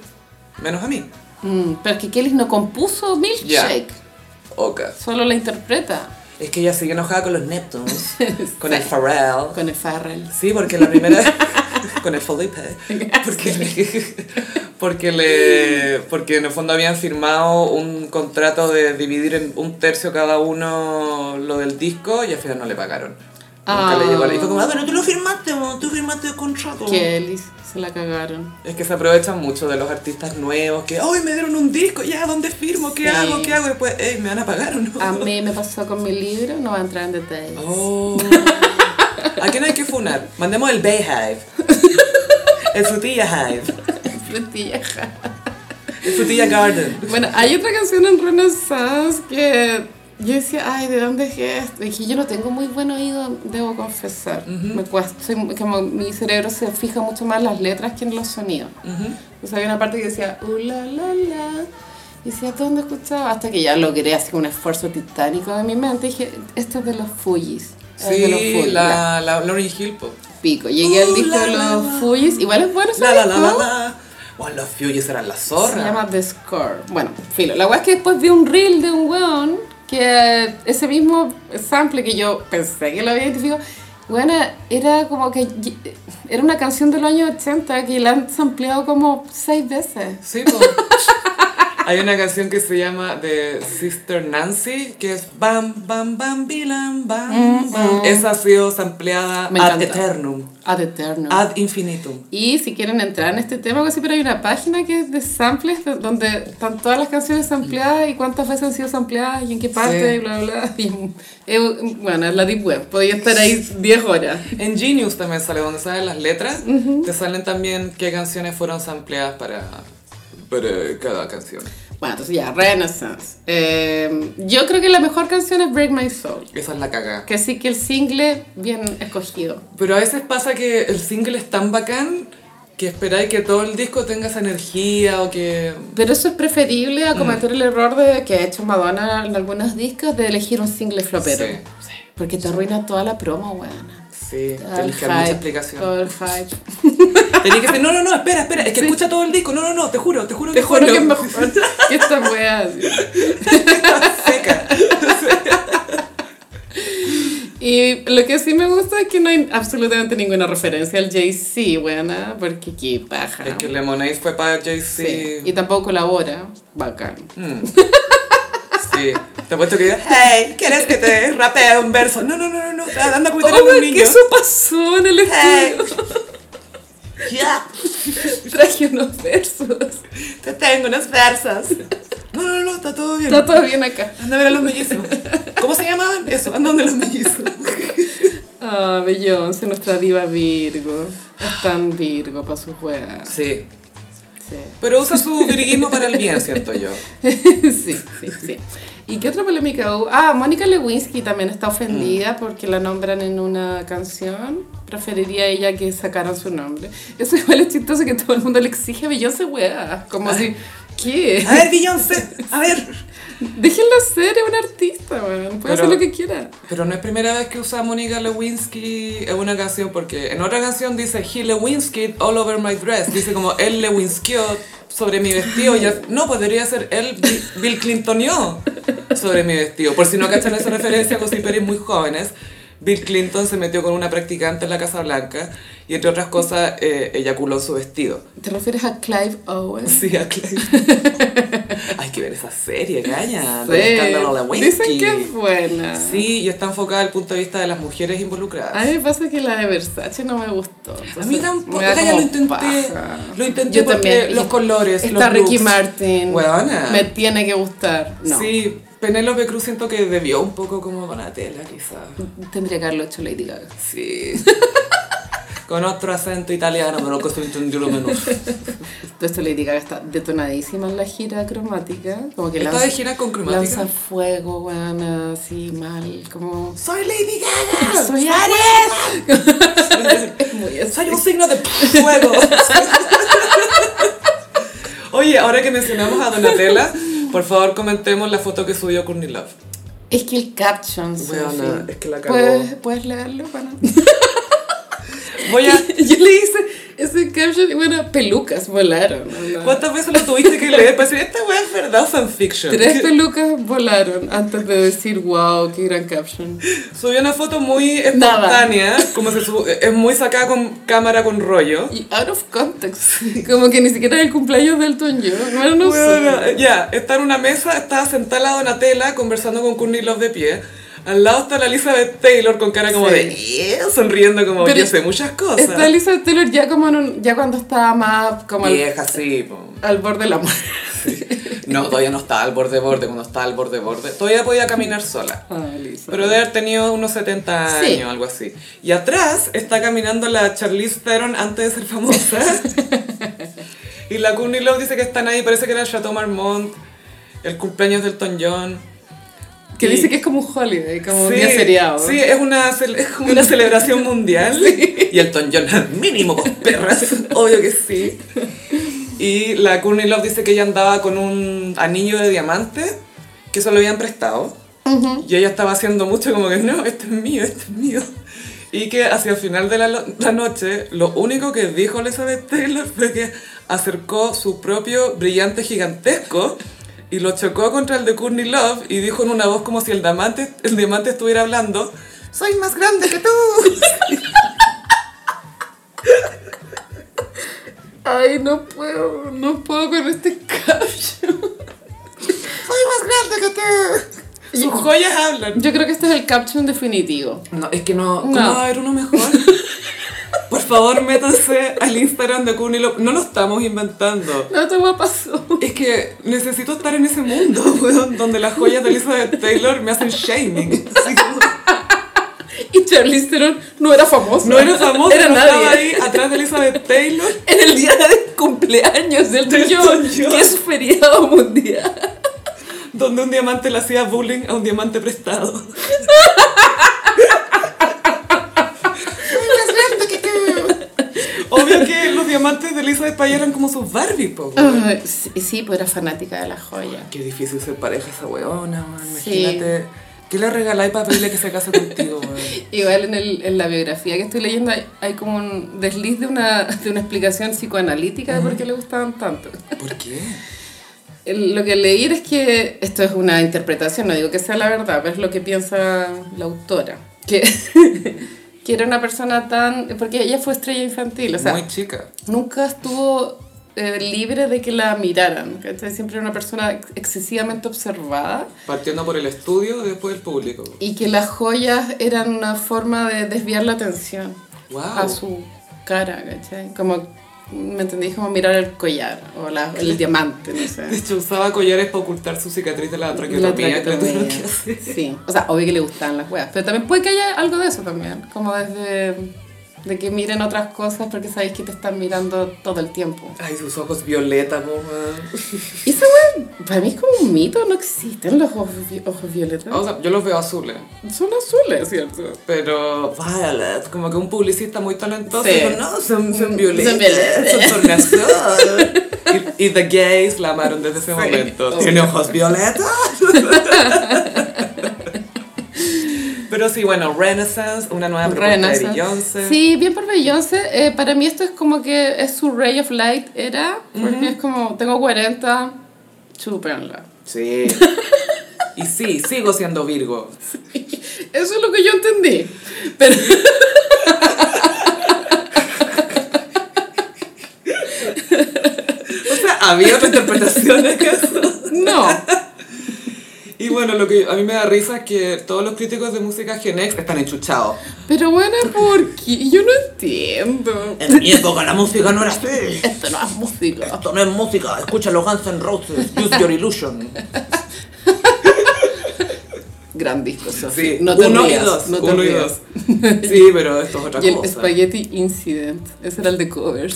menos a mí.
Mm, pero que Kelly no compuso Milkshake,
Oca.
solo la interpreta.
Es que ella sigue enojada con los <laughs> Neptunes, con el Pharrell,
Con el Farrell.
Sí, porque la primera <laughs> con el Felipe, <laughs> porque le, <laughs> porque le- porque en el fondo habían firmado un contrato de dividir en un tercio cada uno lo del disco y al final no le pagaron. Nunca le llegó al disco como, ah, bueno, tú lo firmaste, mo, tú firmaste el contrato.
Kelly se la cagaron.
Es que se aprovechan mucho de los artistas nuevos que, ¡ay, me dieron un disco! Ya, ¿dónde firmo? ¿Qué
Sí.
hago? ¿Qué hago? Y después, ¡ey, me van a pagar o no!
A mí me pasó con mi libro, no va a entrar en detalles. <laughs>
Oh. ¿A quién hay que funar? Mandemos el Bayhive. El Frutilla Hive.
Frutilla.
El Frutilla Garden.
Bueno, hay otra canción en Renaissance que yo decía, ay, ¿de dónde es esto? Dije, yo no tengo muy buen oído, debo confesar. Me cuesta, soy muy- como mi cerebro se fija mucho más en las letras que en los sonidos. O sea, había una parte que decía, uh, la, la, la. Y decía, ¿dónde escuchaba? Hasta que ya logré así un esfuerzo titánico de mi mente. Dije, esto es de los Fugees. es de los
Sí,
Fugees,
la, la Lauryn Hill, po.
Pico, llegué al
Uh,
disco
la,
de
la,
los
la.
Fugees. Igual es bueno ese
La la la
disco.
la la. One Love Fugees eran la
Se
zorra.
llama The Score. Bueno, filo. La weá es que después vi un reel de un weón que eh, ese mismo sample que yo pensé que lo había identificado, bueno, era como que y- era una canción de los años 80 que la han sampleado como seis veces.
Sí, po. Hay una canción que se llama de Sister Nancy, que es Bam, Bam, Bam, Bilam, Bam, Bam. Esa ha sido sampleada
Mm, Me
ad
encanta.
eternum,
Ad eternum.
ad infinitum.
Y si quieren entrar en este tema, algo así, pero hay una página que es de samples, do- donde están todas las canciones sampleadas y cuántas veces han sido sampleadas y en qué parte
Sí.
y bla, bla, <laughs> bla. Y, eh, bueno, es la Deep Web, podía estar ahí 10 horas.
En Genius también sale, donde salen las letras, te salen también qué canciones fueron sampleadas para, para cada canción.
Bueno, entonces ya, Renaissance. Eh, yo creo que la mejor canción es Break My Soul.
Esa es la cagada.
Que sí que el single bien escogido.
Pero a veces pasa que el single es tan bacán que esperáis que todo el disco tenga esa energía o que...
Pero eso es preferible
Mm.
a cometer el error de que ha hecho Madonna en algunos discos de elegir un single flopero.
Sí,
Porque te arruina toda la promo, weón.
sí,
Todo el
tenés que dar mucha
hype,
explicación.
Todo el hype.
Tenés que decir, no, no, no, espera, espera, es que escucha todo el disco, no, no, no, te juro, <laughs> te juro
Te
que
juro que es
bueno".
mejor que esta wea. así.
seca.
Y lo que sí me gusta es que no hay absolutamente ninguna referencia al Jay-Z, weona, porque qué paja.
Es que Lemonade fue para Jay-Z.
Sí. Y tampoco colabora. Bacán. <laughs>
Mm. Sí. Te apuesto que diga, hey, ¿quieres que te rapee un verso? No, no, no, no, no, anda a cometer a un
Oh, que
niño. Eh,
eso pasó en el
Hey.
estudio. <laughs>
<laughs> Ya,
Traje unos versos.
te tengo unos versos. No, no, no, está todo bien.
Está todo bien acá.
Anda a ver a los mellizos. ¿Cómo se llamaban? Eso, anda donde los mellizos.
Ah, Beyoncé, nuestra diva Virgo. Es tan Virgo para su juega.
Sí.
Sí. <laughs>
Pero usa su virguismo para el bien, siento yo.
sí, sí, sí. ¿Y qué otra polémica hubo? Ah, Mónica Lewinsky también está
Mm.
ofendida porque la nombran en una canción. Preferiría ella que sacaran su nombre. Eso igual es chistoso que todo el mundo le exige a Beyoncé, weá.
Ah.
Como si, ¿qué?
A ver, Beyoncé, a ver.
Déjenla ser, es una artista, weón. Puede
Pero-
hacer lo que quiera.
Pero no es primera vez que usa Mónica Lewinsky en una canción, porque en otra canción dice He Lewinsky all over my dress. Dice como él Lewinskyó sobre mi vestido. Y al- no, podría ser él Bi- Bill Clintonió sobre mi vestido. Por si no cachan esa referencia, pues gossiperis muy jóvenes. Bill Clinton se metió con una practicante en la Casa Blanca y entre otras cosas eh, eyaculó su vestido. <laughs>
¿Te refieres a Clive Owen?
Sí, a Clive. Hay que ver esa serie, caña. del escándalo Lewinsky.
Dicen que es buena.
Sí, y está enfocada al punto de vista de las mujeres involucradas.
A mí me pasa que la de Versace no me gustó.
a
entonces
mí
me
tampoco,
da
ya
como
lo intenté.
paja.
Lo intenté
Yo
porque
también.
los colores,
Está
los looks.
Ricky Martin.
Weona.
Me tiene que gustar. No.
Sí, Penélope Cruz siento que debió un poco como Donatella, quizás.
Tendría que haberlo hecho Lady Gaga. <laughs>
Sí. con otro acento italiano, pero que se entendió lo
<laughs>
menos.
Todo esto Lady Gaga está detonadísima en la gira cromática. Como que
Está
lanza,
de gira con cromática.
lanza fuego, weona, así mal, como...
¡Soy Lady Gaga!
¡Soy Ares! Es muy así.
Soy un signo de fuego. <laughs> Oye, ahora que mencionamos a Donatella, por favor comentemos la foto que subió Courtney Love.
Es que el caption,
Weona,
Sophie.
es que la cagó.
¿Puedes, ¿Puedes leerlo,
<laughs>
pana?
Voy a...
<laughs> Yo le hice ese caption y bueno, pelucas volaron. ¿no?
¿Cuántas veces lo tuviste que leer para decir, esta weá es verdad o fanfiction?
Tres pelucas volaron antes de decir, wow, qué gran caption.
Subió una foto muy
Nada.
espontánea, <laughs> como se su- es muy sacada con cámara con rollo.
Y out of
<laughs>
context. Como que ni siquiera era el cumpleaños de Elton John. No era no
Weona,
sé.
ya, está en una mesa, está sentada la Donatella conversando con Courtney Love de pie. Al lado está la Elizabeth Taylor con cara como
Sí.
de "Yeah", sonriendo como
Pero
yo sé muchas cosas.
Está Elizabeth Taylor ya como en un- ya cuando estaba más como al,
vieja, sí.
<laughs>
po.
al borde de la muerte.
No, todavía no está al borde borde, cuando está al borde borde. Todavía podía caminar sola.
<laughs> Ah, Elizabeth.
Pero de haber tenido unos 70 años,
Sí.
algo así. Y atrás está caminando la Charlize Theron antes de ser famosa.
<laughs>
y la Courtney Love dice que están ahí, parece que era el Chateau Marmont, el cumpleaños del Elton John.
que
y-
dice que es como un holiday, como un
Sí,
día seriado.
Sí, es una, cel- es como una celebración
<laughs>
mundial. Y Elton John, mínimo con perras, <laughs> obvio que sí. Y la Courtney Love dice que ella andaba con un anillo de diamante que se lo habían prestado. Y ella estaba haciendo mucho como que, no, este es mío, este es mío. Y que hacia el final de la, lo- la noche, lo único que dijo Elizabeth Taylor fue que acercó su propio brillante gigantesco y lo chocó contra el de Courtney Love y dijo en una voz como si el diamante, el diamante estuviera hablando, soy más grande que tú.
Ay, no puedo, no puedo con este <laughs> caption.
Soy más grande que tú. Sus joyas hablan.
Yo creo que este es el caption definitivo.
No, es que no, ¿cómo
No.
va a haber uno <laughs> mejor? Por favor, métanse al Instagram de Courtney Love. No lo estamos inventando.
No te a pasó.
Es que necesito estar en ese mundo, <laughs> weón, donde las joyas de Elizabeth Taylor me hacen shaming. Así como,
Y Charlize Theron no era famosa.
no era famosa,
Era
no
nadie.
estaba ahí atrás de Elizabeth Taylor.
En el día del cumpleaños del
Del
John,
John.
que es feriado mundial.
donde un diamante le hacía bullying a un diamante prestado. Obvio que los diamantes amantes de Elizabeth Paya eran como sus Barbie, po. weón.
Ay, sí, sí, pues era fanática de la joya.
Qué difícil ser pareja esa weona, man.
Sí.
Imagínate. ¿Qué le regaláis para pedirle que se case contigo,
<laughs>
weón?
Igual en, el- en la biografía que estoy leyendo hay, hay como un desliz de una, de una explicación psicoanalítica de por qué le gustaban tanto.
¿Por qué?
El- Lo que leí es que esto es una interpretación, no digo que sea la verdad, pero es lo que piensa la autora. Que, <laughs> que era una persona tan... Porque ella fue estrella infantil, o sea,
Muy chica.
nunca estuvo eh, libre de que la miraran. ¿cachai? Siempre era una persona ex- excesivamente observada
Partiendo por el estudio y después el público.
y que las joyas eran una forma de desviar la atención
Wow.
a su cara, ¿cachai? Como, ¿me entendí? Como mirar el collar o la- el diamante, no
<laughs> De
sé.
hecho, usaba collares para ocultar su cicatriz de la traqueotomía. que le tuvieron que <laughs>
traqueotomía.
hacer.
Sí, o sea, obvio que le gustaban las weas, pero también puede que haya algo de eso también, como desde de que miren otras cosas porque sabéis que te están mirando todo el tiempo.
Ay, sus ojos violeta, po, weón.
Y Esa wea, para mí es como un mito, no existen los ojos, vi- ojos violetas.
O sea, yo los veo azules.
Son azules, ¿cierto?
Pero Violet, como que un publicista muy talentoso,
Sí.
dijo, no, son, son violetas,
Son violetas".
son tornasol".
<laughs>
y, y The Gays la amaron desde ese momento. Tiene ojos violetas.
<laughs>
Pero sí, bueno, Renaissance, una nueva propuesta de
Renaissance.
Beyoncé.
Sí, bien por Beyoncé. Eh, para mí esto es como que es su ray of light era, porque es como, tengo 40, chúpenla. <laughs>
Sí. Y sí, sigo siendo Virgo.
Eso es lo que yo entendí. Pero...
O sea, había otra interpretación de eso.
No.
Y bueno, lo que a mí me da risa es que todos los críticos de música Gen X están enchuchados.
Pero bueno, ¿por qué? Yo no entiendo.
En mi época la música no era así.
Esto no es música.
Esto no es música. Escucha los Guns N' Roses. Use Your Illusion.
Gran disco, Sofi.
Sí,
No te
uno
rías,
y dos.
no te
uno y
rías. <laughs>
dos. Sí, pero esto es otra
Y el
cosa.
Spaghetti Incident. Ese era el de covers. <laughs>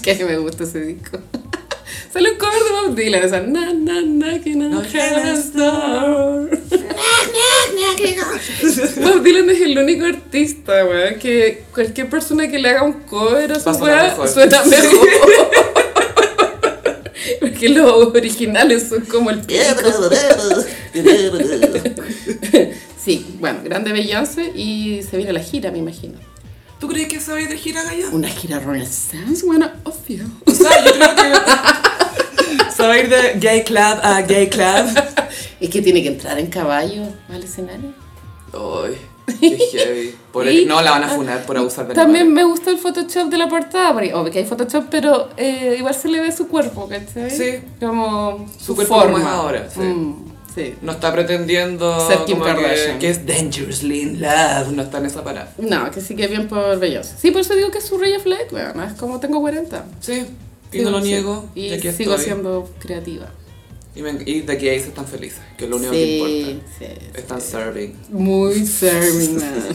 que a mí me gusta ese disco. <laughs> Sale un cover de Bob Dylan. Esa na na na que na
No
na
heaven's
Bob Dylan es el único artista, weón, que cualquier persona que le haga un cover a su
Va a sonar
weá
mejor. <laughs>
suena mejor. <laughs> Porque los originales son como el <laughs> Sí, bueno, grande Beyoncé y se viene la gira, me imagino.
¿Tú crees que se va a ir de gira Gaya?
Una gira renaissance, bueno, <laughs> obvio.
O sea, yo creo que <laughs> se va a ir de gay club a gay club.
Es que tiene que entrar en caballo al escenario.
Ay, qué heavy. Por el-
Y- ah,
no, la van a funar por abusar de
También me gusta el Photoshop de la portada, porque obvio que hay Photoshop, pero eh, igual se le ve su cuerpo, ¿cachai?
Sí.
Como
Su cuerpo como es ahora, sí.
Mm, sí.
No está pretendiendo
Ser Kim
como que-
Kardashian.
que, es dangerously in love. No está en esa parada.
No, que sí que bien por Beyoncé. Sí, por eso digo que es su Ray of Light, weón, es como tengo 40.
Sí, y
Sí,
no lo
sí.
niego.
Y
Y aquí
sigo
estoy.
siendo creativa.
Y, me, y de gays están felices, que es lo único que
sí,
importa.
sí.
Están serving.
Muy
<laughs>
serving, man.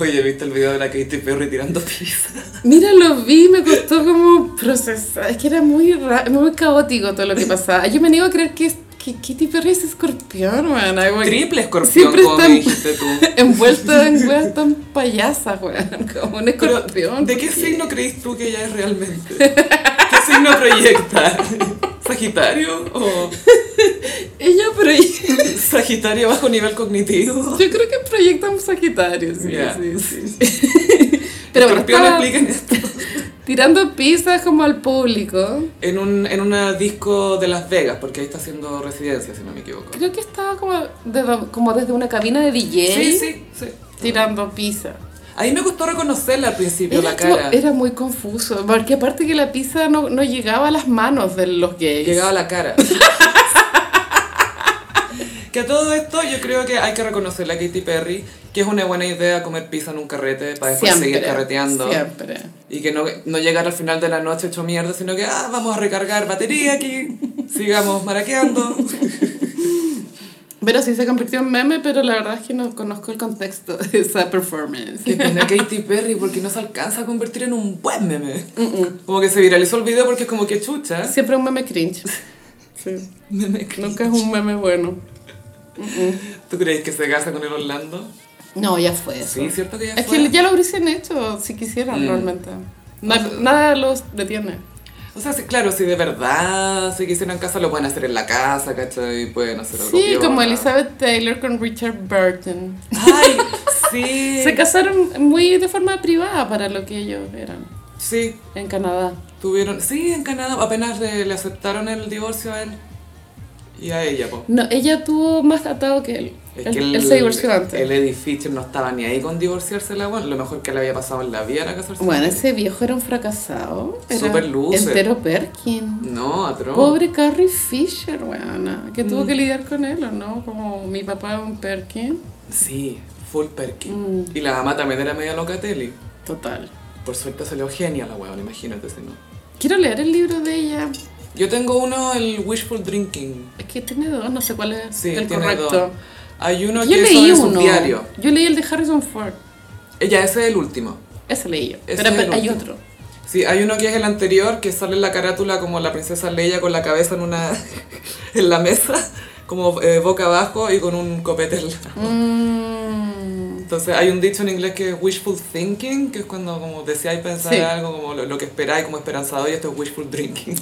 Oye, ¿viste el video de la Katy Perry tirando pizza?
<laughs> Mira, lo vi, me costó como procesar. Es que era muy, ra- muy caótico todo lo que pasaba. Yo me niego a creer que, que Kitty Perry es escorpión, man. Ay, güey, <laughs>
Triple escorpión,
Siempre
como
están-
me dijiste tú.
Envuelta en weas tan payasas, weón. Como un
Pero,
<laughs> escorpión.
¿De qué
porque-
signo crees tú que ella es realmente? <laughs> ¿Qué signo proyecta? <laughs> ¿Sagitario
<laughs>
o
Ella, pero yo
Sagitario bajo nivel cognitivo?
creo que proyecta un Sagitario, sí,
Ya.
sí,
<laughs>
sí. Pero bueno,
Escorpión,
estaba
expliquen esto.
tirando pizzas como al público.
En un en una disco de Las Vegas, porque ahí está haciendo residencia, si no me equivoco.
Creo que estaba como, de- como desde una cabina de DJ
Sí, sí, sí.
tirando pizza.
Ahí me costó reconocerla al principio,
Era,
la
como-
cara.
era muy confuso, porque aparte que la pizza no, no llegaba a las manos de los gays.
Llegaba la cara. <laughs> que a todo esto yo creo que hay que reconocerle a Katy Perry que es una buena idea comer pizza en un carrete para después seguir carreteando.
Siempre.
Y que no, no llegar al final de la noche hecho mierda, sino que ah, vamos a recargar batería aquí, sigamos <laughs> maraqueando.
Pero sí se convirtió en meme, pero la verdad es que no conozco el contexto <laughs> de esa performance.
Que pena Katy Perry porque no se alcanza a convertir en un buen meme. Como que se viralizó el video porque es como que chucha.
Siempre un meme
<laughs>
cringe. Sí.
Meme cringe.
Nunca es un meme bueno.
¿Tú crees que se casa con el Orlando?
No, ya fue eso.
Sí, cierto que ya
es
fue.
que ya lo hubiesen hecho si quisieran
Mm.
realmente. Na- nada los detiene.
O sea, sí, claro, si de verdad se quisieran casa, lo pueden hacer en la casa, ¿cachai? Pueden hacer algo
Sí,
piola.
como Elizabeth Taylor con Richard Burton. <laughs>
Ay, sí.
Se casaron muy de forma privada para lo que ellos eran
Sí,
en Canadá.
tuvieron. Sí, en Canadá apenas le, le aceptaron el divorcio a él y a ella, po.
No, ella tuvo más atado que él.
Es
él,
que
él se divorció antes.
El edificio no estaba ni ahí con divorciarse la weón. Lo mejor que le había pasado en la vida era casarse.
bueno,
con
ese viejo era un fracasado. Era
Super loser.
Entero Perkin.
él. No, Mm. atroz.
Pobre Carrie Fisher, weona, que tuvo que lidiar con él, ¿o no? Como mi papá es un Perkin.
Sí, full Perkin.
Mm.
Y la mamá también era media locatelli.
Total.
Por suerte salió genia la weón, imagínate si no.
Quiero leer el libro de ella.
Yo tengo uno, el Wishful Drinking.
Es que tiene dos, no sé cuál es
Sí,
el
tiene
correcto.
dos. Hay uno
Yo
que es
leí
sobre
uno.
su diario.
Yo leí el de Harrison Ford.
Ella, ese es el último.
Ese leí yo.
Ese
pero
es el
pero hay
último.
otro.
Sí, hay uno que es el anterior, que sale en la carátula como la princesa Leia con la cabeza en una <laughs> en la mesa, como eh, boca abajo y con un copete en la-
Mm,
Entonces hay un dicho en inglés que es wishful thinking, que es cuando como deseáis pensar
Sí.
algo, como lo, lo que esperáis como esperanzado, y esto es wishful
<laughs>
drinking.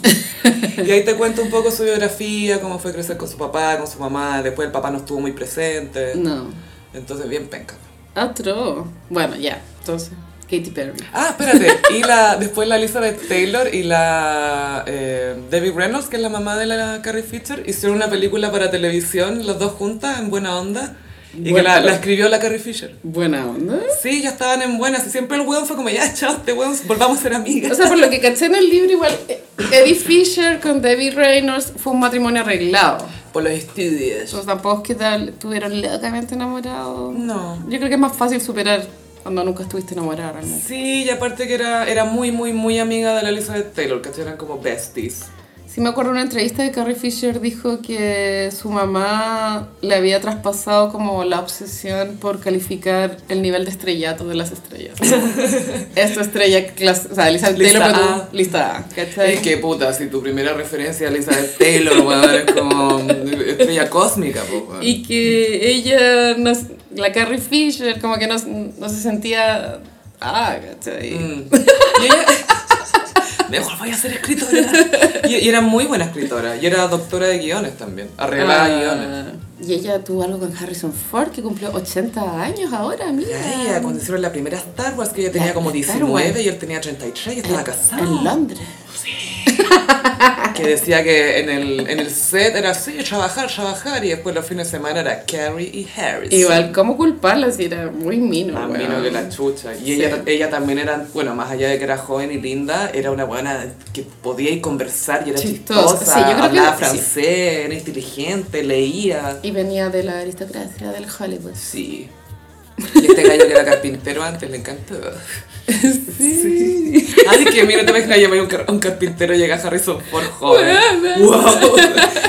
y ahí te cuento un poco su biografía, cómo fue crecer con su papá, con su mamá, después el papá no estuvo muy presente.
no.
Entonces bien penca.
Otro. Bueno, ya. Entonces, Katy Perry.
Ah, espérate. <laughs> Y la, después la Elizabeth Taylor y la eh, Debbie Reynolds, que es la mamá de la Carrie Fisher, hicieron una película para televisión, las dos juntas, en buena onda. Y que la, la escribió la Carrie Fisher.
Buena onda.
Sí, ya estaban en buenas. Y siempre el weón fue como, ya, chao, este weón, volvamos a ser
O
amigas.
sea, por lo que caché en el libro, igual eh, Eddie Fisher con Debbie Reynolds fue un matrimonio arreglado.
Por los estudios.
Entonces tampoco es que tal- estuvieron locamente enamorados.
No.
Yo creo que es más fácil superar cuando nunca estuviste enamorada realmente.
Sí, y aparte que era, era muy, muy, muy amiga de la Elizabeth Taylor, que eran como besties.
Sí me acuerdo una entrevista de Carrie Fisher dijo que su mamá le había traspasado como la obsesión por calificar el nivel de estrellato de
<laughs>
las estrellas. Esta estrella, clas- o sea, Elizabeth
Lista
Taylor, pero
A.
tú- lista A, ¿cachai?
Ay, qué puta, si tu primera referencia a Elizabeth Taylor, weón, es como estrella cósmica, po, weón.
Y que ella, no s- la Carrie Fisher, como que no, s- no se sentía... Ah, ¿cachai?
<laughs> Mm. Y ella- Mejor voy a ser escritora. Y, y era muy buena escritora. Y era doctora de guiones también. Arreglaba guiones.
Ah, Y ella tuvo algo con Harrison Ford que cumplió 80 años ahora,
Y
mira.
a ella, cuando hicieron la primera Star Wars, que ella tenía
La-
como
la Star
19
Wars.
y él tenía 33 y estaba casado.
En Londres.
Que decía que en el, en el set era así, trabajar, trabajar. Y después los fines de semana era Carrie y Harris.
Igual, ¿cómo culparla si era muy mino?
Más
weón?
mino que la chucha. Y
Sí.
ella, ella también era, bueno, más allá de que era joven y linda, era una buena que podía ir conversar y era
Chistosa.
chistosa.
Sí, yo creo que
hablaba
sí.
francés, era inteligente, leía.
Y venía de la aristocracia del Hollywood.
Sí. Y este gallo que era carpintero antes le
<laughs>
encantó. Sí. Así que mira, te imaginas llamar a un, car- a un carpintero llega Harrison Ford joven. wow.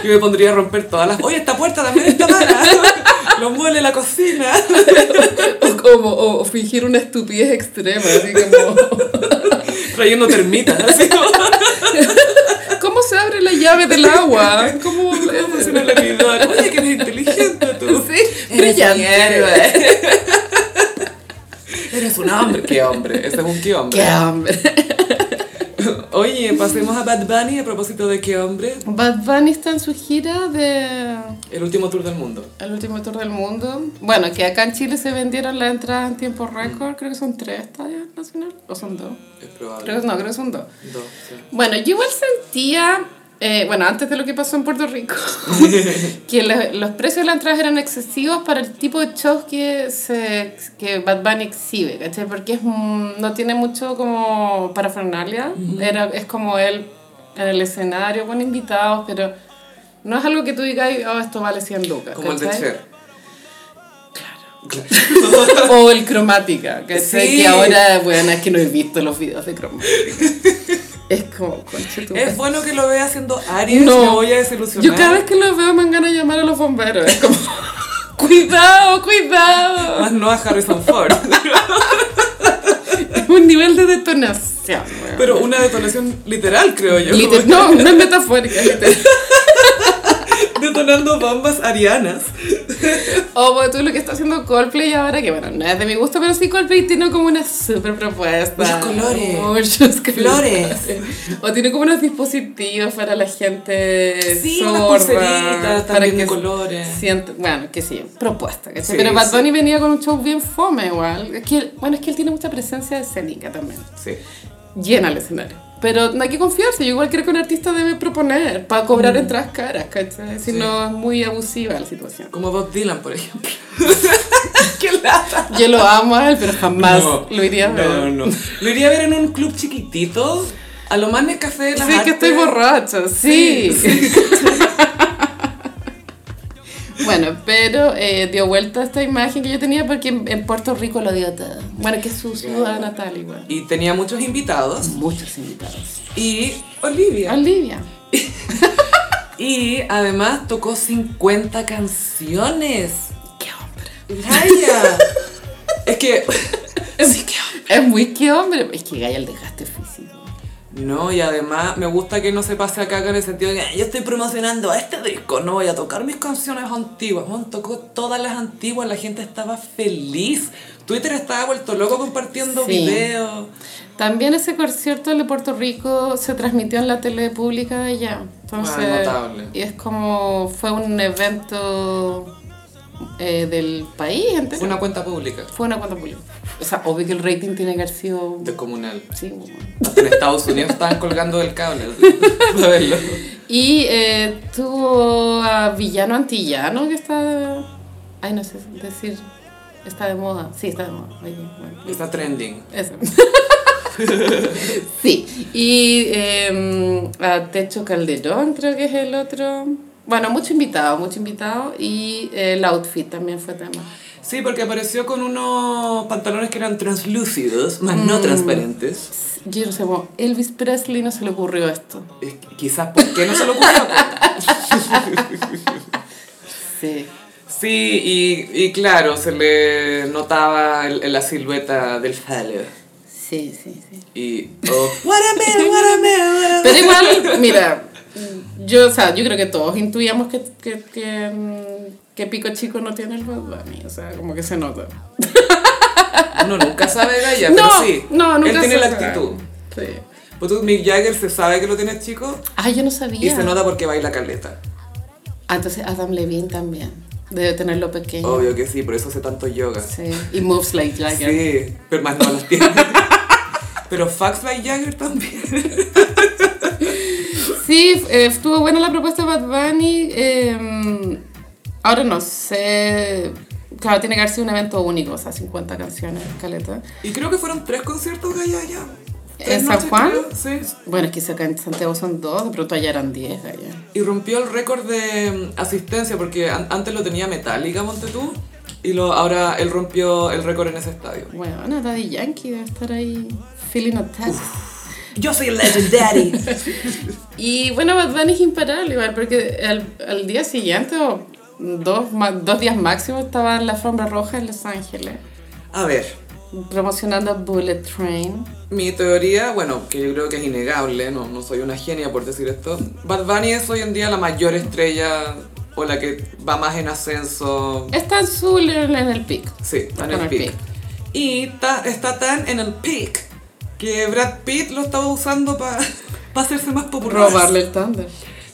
Y me pondría a romper todas las. Oye, esta puerta también está mala. <laughs> Los muebles, la cocina. <laughs>
O, como, o, o fingir una estupidez extrema, así como... <laughs>
Trayendo termitas. Así como,
¿Cómo se abre la llave del agua?
<laughs>
¿Cómo...
¿Cómo funciona el hervidor? Oye, que eres inteligente <laughs> tú.
Sí, brillante.
<laughs> Eres un hombre. Qué hombre. Este es un qué hombre.
¡Qué hombre!
Oye, pasemos a Bad Bunny a propósito de qué hombre.
Bad Bunny está en su gira de...
El último tour del mundo.
El último tour del mundo. Bueno, que acá en Chile se vendieron las entradas en tiempo récord. Creo que son tres estadios nacional. ¿O son dos?
Es probable.
Creo que no, creo que son dos.
Dos, sí.
Bueno, yo igual sentía, eh, bueno, antes de lo que pasó en
<laughs>
Puerto Rico, que lo- los precios de las entradas eran excesivos para el tipo de shows que, se, que Bad Bunny exhibe, ¿cachai? Porque es, mm, no tiene mucho como parafernalia. Era, es como él en el escenario con invitados, pero no es algo que tú digas, oh, esto vale 100 lucas.
Como el de
¿cachai?
Cher.
<laughs> O el cromática, que sé
Sí.
que ahora, bueno, es que no he visto los videos
<laughs>
de cromática. es como, conche tu
Es bueno que lo vea haciendo Aries,
No.
me voy a desilusionar.
Yo cada vez que los veo me dan ganas de llamar a los bomberos. Es como, <laughs> cuidado, cuidado.
Más no a Harrison Ford. <laughs>
Es un nivel de detonación. weón.
Pero una detonación literal, creo yo.
Liter- no,
<laughs>
no es metafórica. literal.
Detonando bombas arianas.
O pues, tú lo que está haciendo Coldplay ahora, que bueno, no es de mi gusto, pero sí Coldplay tiene como una super propuesta.
Muchos colores.
Muchos colores.
Flores.
O tiene como unos dispositivos para la gente
Sí, unas
sorda.
pulseritas
para
también de colores.
sienta- bueno, que sí, propuesta. ¿cachai?
Sí,
pero Bad
sí.
Bunny venía con un show bien fome igual. Es que, él- bueno, es que él tiene mucha presencia escénica también.
Sí.
Llena el escenario. Pero no hay que confiarse, yo igual creo que un artista debe proponer para
Mm.
cobrar entradas caras, ¿cachai?
Sí.
Si no es muy abusiva la situación. <laughs>
Como Bob Dylan, por ejemplo.
¡Qué lata!
Yo lo amo a él, pero jamás lo iría a ver.
No, no. Lo iría a ver en un club chiquitito. A lo más en el café de las
Sí, que
Artes.
estoy borracho, sí. <laughs> bueno, pero eh, dio vuelta esta imagen que yo tenía porque en, en Puerto Rico lo dio todo. Bueno, que es su ciudad natal igual.
Y tenía muchos invitados.
Muchos invitados.
Y Olivia.
Olivia.
Y además tocó 50 canciones.
Qué hombre.
¡Gaya! <laughs> es que...
Es, es muy qué hombre. Es que Gaya el dejaste físico.
No, y además me gusta que no se pase acá en el sentido de que "Ah, yo estoy promocionando a este disco, no voy a tocar mis canciones antiguas. Bueno, tocó todas las antiguas, la gente estaba feliz. Twitter estaba vuelto loco compartiendo
Sí.
videos.
También ese concierto de Puerto Rico se transmitió en la tele pública de allá. Entonces,
Ah, notable.
Y es como fue un evento eh, del país entero.
Una cuenta pública,
Fue una cuenta pública. O sea, obvio que el rating tiene que haber sido...
descomunal.
Sí, bueno.
Hasta En Estados Unidos estaban colgando del cable. <laughs> así, para verlo.
Y eh, tuvo a Villano Antillano, que está... Ay, no sé decir... Está de moda. Sí, está de moda. Oye, bueno.
Está trending.
<laughs> Eso. sí, y eh, a Techo Calderón creo que es el otro. Bueno, mucho invitado, mucho invitado. Y eh, el outfit también fue tema.
Sí, porque apareció con unos pantalones que eran translúcidos, más no transparentes.
Yo no sé, como Elvis Presley no se le ocurrió esto.
Es que Quizás, ¿por qué no se lo ocurrió?
Sí.
Sí, y, y claro, se le notaba el- la silueta del falo.
Sí, sí, sí.
Y.
<laughs>
oh, what a man, what a man, what a man.
Pero <laughs> igual, mira, yo, o sea, yo creo que todos intuíamos que, que, que, mm, que Pico Chico no tiene el Bad Bunny, o sea, como que se nota.
Uno nunca sabe Gaya,
no,
pero sí.
no, nunca
Él tiene
se
la
sabe.
actitud.
Sí.
Pues tú, Mick Jagger se sabe que lo tiene chico
Ah, yo no
y
sabía.
se nota porque baila caleta.
Ah, entonces Adam Levine también. Debe tenerlo pequeño.
Obvio que sí, por eso hace tanto yoga.
Sí. Y moves like Jagger.
Sí, pero más no las tiene. <laughs> Pero Fax Like Jagger también.
Sí, eh, estuvo buena la propuesta de Bad Bunny. eh, ahora no sé. Claro, tiene que haber sido un evento único, o sea, 50 canciones, caleta.
Y creo que fueron tres conciertos Gaya ya. Tres
¿En San
noches,
Juan?
creo, Sí.
Bueno, es que acá en Santiago son dos, de pronto allá eran 10 allá.
Y rompió el récord de mm, asistencia porque an- antes lo tenía Metallica, ponte tú, y lo, ahora él rompió el récord en ese estadio.
Bueno, Daddy Yankee debe estar ahí feeling attacked.
Yo soy legendary.
Y bueno, Bad Bunny es imparable igual, porque al, al día siguiente o dos, ma- dos días máximo estaba en la alfombra roja en Los Ángeles,
A ver,
promocionando Bullet Train.
mi teoría, bueno, que yo creo que es innegable, no, no soy una genia por decir esto, Bad Bunny es hoy en día la mayor estrella o la que va más en ascenso.
Está en su en el pico.
Sí, está en
Con
el
el
peak.
peak.
Y ta- está tan en el peak que Brad Pitt lo estaba usando <laughs> para hacerse más popular.
Robarle el thunder.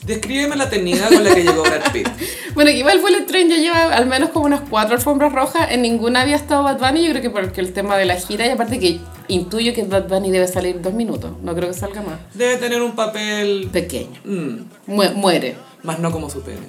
Descríbeme la técnica con la que llegó Brad Pitt.
Bueno, que igual Bullet Train ya lleva al menos como unas cuatro alfombras rojas. En ninguna había estado Bad Bunny. Yo creo que porque el tema de la gira y aparte que intuyo que Bad Bunny debe salir dos minutos. No creo que salga más.
Debe tener un papel
Pequeño.
Mm,
Mue- muere.
más no como su pene.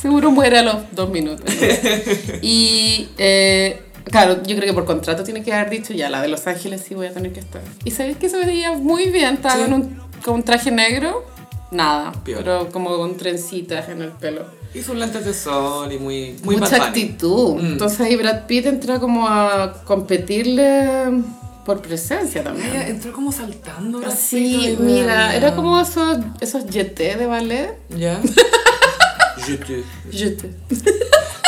Seguro muere a los dos minutos. ¿no? Y eh, claro, yo creo que por contrato tiene que haber dicho ya la de Los Ángeles sí voy a tener que estar. Y sabéis que se veía muy bien, estaba
Sí.
en un- con un traje negro, nada,
Piola.
pero como con trencitas en el pelo.
Y sus lentes de sol y muy, muy Bad
Mucha
Bunny.
actitud.
Mm.
Entonces ahí Brad Pitt entra como a competirle por presencia
Mira,
también.
entró como saltando. Brad Pitt,
Sí,
oiga.
mira, era como esos, <laughs> esos jetés de ballet.
¿Ya? Je te-
Jeté.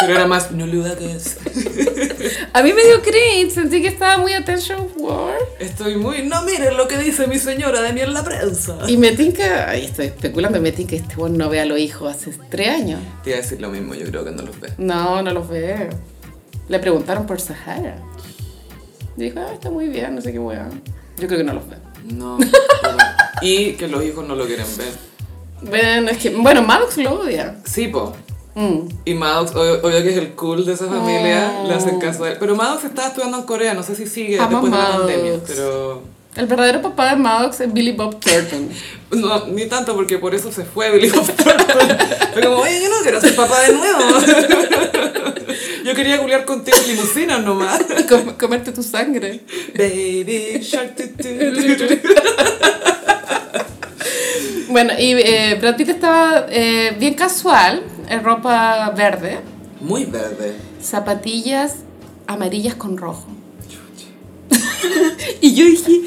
Pero era más, no lo hagas.
<laughs> A mí me dio cringe, sentí que estaba muy attention war.
Estoy muy, no miren lo que dice mi señora de mí en la prensa.
Y me tinca, ahí estoy especulando, me tinca que este buen no ve a los hijos hace tres años.
Te iba a decir lo mismo, yo creo que no los ve.
No, no los ve. Le preguntaron por Sahara. Y dijo, ah, está muy bien, no sé qué weón. Yo creo que no los ve.
No. pero- y que los hijos no lo quieren ver.
Bueno, es que, bueno, Maddox lo odia.
Sí, po.
Mm.
Y Maddox, obvio, obvio que es el cool de esa familia, le hacen caso a él. Pero Maddox está estudiando en Corea, no sé si sigue
Ah. Amo
después de la
Maddox.
pandemia, pero...
El verdadero papá de Maddox es Billy Bob Thornton.
No, ni tanto porque por eso se fue Billy Bob Thornton. <laughs> Fue como, oye, yo no quiero ser papá de nuevo. <laughs> Yo quería culiar contigo en limusina nomás.
<laughs> Com- comerte tu sangre.
Baby shark. tu, tu, tu.
Bueno, y eh, Brad Pitt estaba eh, bien casual, en ropa verde,
Muy verde.
zapatillas amarillas con rojo. y yo dije,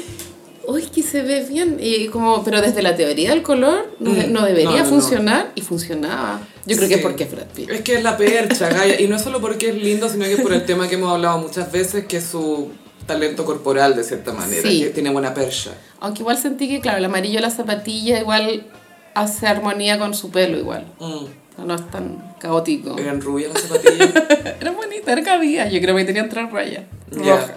uy, que se ve bien. Y como, pero desde la teoría del color no, de-
Mm,
no debería
no, no,
funcionar y funcionaba. Yo creo que
Sí.
es porque es Brad Pitt.
Es que es la percha, Gaia. Y no es solo porque es lindo, sino que es por el tema que hemos hablado muchas veces, que es su talento corporal, de cierta manera.
Sí.
Que tiene buena percha.
Aunque igual sentí que, claro, el amarillo de la zapatilla igual hace armonía con su pelo igual.
Mm.
No es tan caótico.
Eran rubias las zapatillas. <laughs>
Era bonita, era cabía. Yo creo que tenían tres rayas.
Ya.
rojas.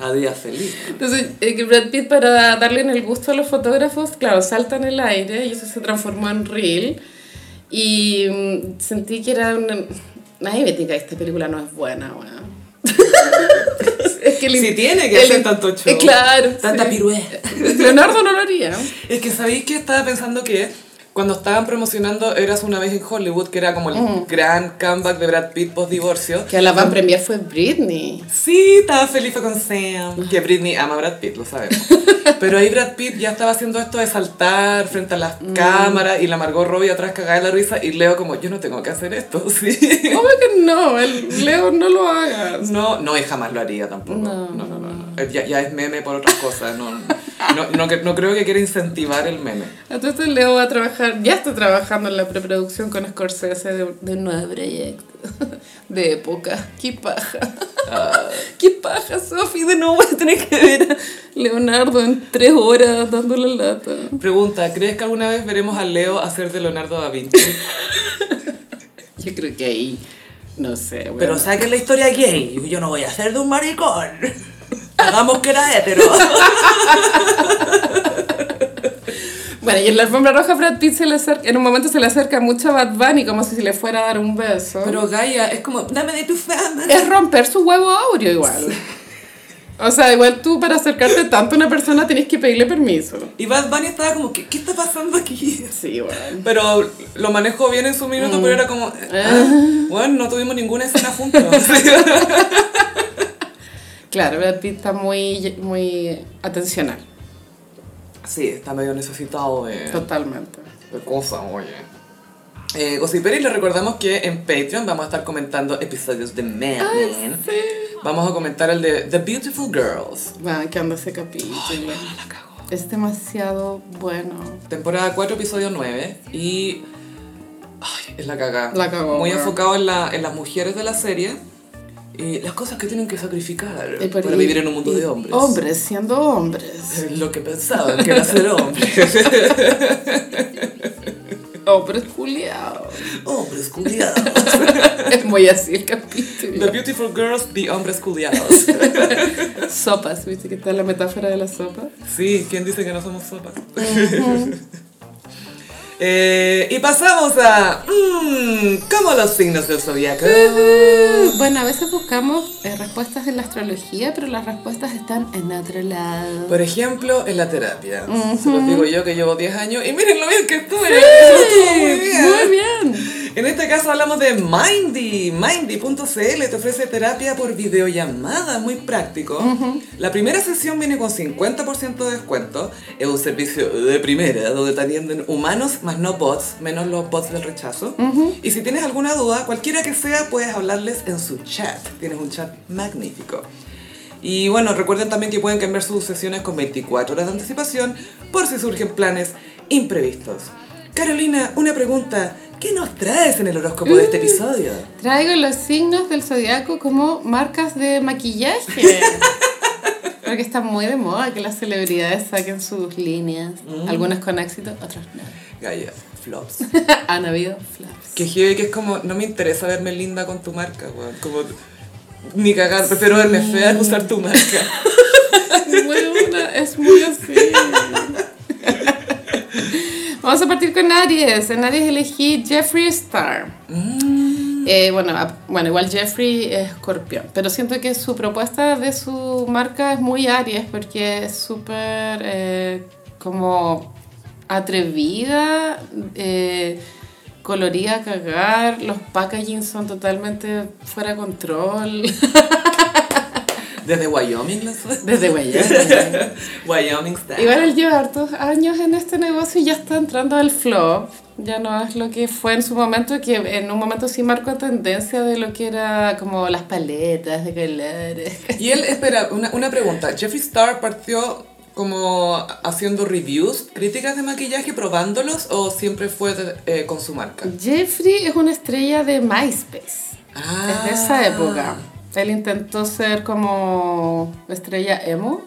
A día feliz.
Entonces, eh, que Brad Pitt, para darle en el gusto a los fotógrafos, claro, salta en el aire y eso se transformó en reel. Y mm, sentí que era una... Nadie me diga que esta película no es buena, weón. es que el-
Si tiene que
el-
hacer tanto show.
Eh, claro.
Tanta
sí.
pirueta.
Leonardo no lo haría.
Es que sabéis que estaba pensando que cuando estaban promocionando Eras una vez en Hollywood, que era como el gran comeback de Brad Pitt post divorcio.
Que la van a premiar fue Britney.
Sí, estaba feliz con Sam. Que Britney ama a Brad Pitt, lo <laughs> sabemos. Pero ahí Brad Pitt ya estaba haciendo esto de saltar frente a las cámaras y la Margot Robbie atrás cagada de la risa y Leo como, yo no tengo que hacer esto, <laughs> sí.
Obvio que no, el Leo no lo haga.
No, no, y jamás lo haría tampoco. No,
No,
no, no. no. Eh, Ya, ya es meme por otras cosas. No, no, no, que- no creo que quiera incentivar el meme.
Entonces Leo va a trabajar, ya está trabajando en la preproducción con Scorsese de, de un nuevo proyecto <laughs> de época. ¡Qué paja! <laughs> ¡Qué paja, Sofi! De nuevo voy a tener que ver a Leonardo en tres horas dándole lata.
Pregunta, ¿crees que alguna vez veremos a Leo hacer de Leonardo da Vinci?
Yo creo que ahí, no sé, bueno.
Pero saquen la historia gay. Yo no voy a ser de un maricón. Hagamos que era hetero.
Bueno, y en la alfombra roja Brad Pitt se le acerca, en un momento se le acerca mucho a Bad Bunny como si le fuera a dar un beso.
Pero Gaia, es como, dame de tu fama.
es romper su huevo áureo igual. O sea, igual tú para acercarte tanto a una persona tenés que pedirle permiso.
Y Bad Bunny estaba como, ¿qué, qué está pasando aquí? Mm.
Sí, bueno.
Pero lo manejó bien en su minuto, pero era como, bueno, no tuvimos ninguna escena <laughs> juntos.
Claro, Brad Pitt está muy, muy atencional,
sí, está medio necesitado de...
totalmente.
de cosas, oye. Eh, Gossiperis, les recordamos que en Patreon vamos a estar comentando episodios de Mad Men. Vamos a comentar el de The Beautiful Girls.
Bueno, que anda ese capítulo. Ah, es demasiado bueno.
Temporada 4, episodio 9. Y... Ay, es la cagada.
La cagó,
Muy
weón.
enfocado en, la- en las mujeres de la serie. Y las cosas que tienen que sacrificar
Y por-
para
y-
vivir en un mundo
y
de hombres.
Hombres siendo hombres.
Lo que pensaban que era ser
<laughs>
hombre.
Hombres culiados.
Hombres, cuidado.
<laughs> es muy así el
The
capítulo.
Beautiful Girls, The Hombres Culiados.
Sopas, ¿viste que está la metáfora de la sopa?
Sí, ¿quién dice que no somos sopas? <laughs> Eh, y pasamos a. Mmm, ¿Cómo los signos del zodiaco?
Bueno, a veces buscamos eh, respuestas en la astrología, pero las respuestas están en otro lado.
Por ejemplo, en la terapia. Se los digo yo que llevo 10 años y miren lo bien que estuve. Estuvo muy bien.
Muy bien.
En este caso hablamos de Mindy. Mindy.cl te ofrece terapia por videollamada, muy práctico. La primera sesión viene con 50% de descuento. Es un servicio de primera donde te atienden humanos más no bots, menos los bots del rechazo. Y si tienes alguna duda, cualquiera que sea, puedes hablarles en su chat. Tienes un chat magnífico. Y bueno, recuerden también que pueden cambiar sus sesiones con 24 horas de anticipación por si surgen planes imprevistos. Carolina, una pregunta.
¿Qué nos traes en el horóscopo de este
Mm.
episodio?
Traigo los signos del zodiaco como marcas de maquillaje. Porque está muy de moda que las celebridades saquen sus líneas. Algunas con éxito, otras no. <laughs>
Gaya, flops.
Han habido flaps.
Que heavy, que es como, no me interesa verme linda con tu marca, weón. Como, ni cagar, prefiero verme fea que usar tu marca.
Huevona, es muy así. Vamos a partir con Aries. En Aries elegí Jeffree Star. Eh, bueno, a- bueno, igual Jeffree es escorpión, pero siento que su propuesta de su marca es muy Aries porque es súper eh, como atrevida, eh, colorida a cagar, los packaging son totalmente fuera de control.
Desde Wyoming, las
Desde Guayana.
<laughs> Wyoming está.
Igual él lleva hartos años en este negocio y ya está entrando al flop. Ya no es lo que fue en su momento, que en un momento sí marcó tendencia de lo que era como las paletas de colores.
Y él, espera, una, una pregunta. Jeffree Star partió como haciendo reviews, críticas de maquillaje, probándolos, o siempre fue eh, con su marca.
Jeffrey es una estrella de MySpace.
Ah,
Es de esa época. Él intentó ser como estrella emo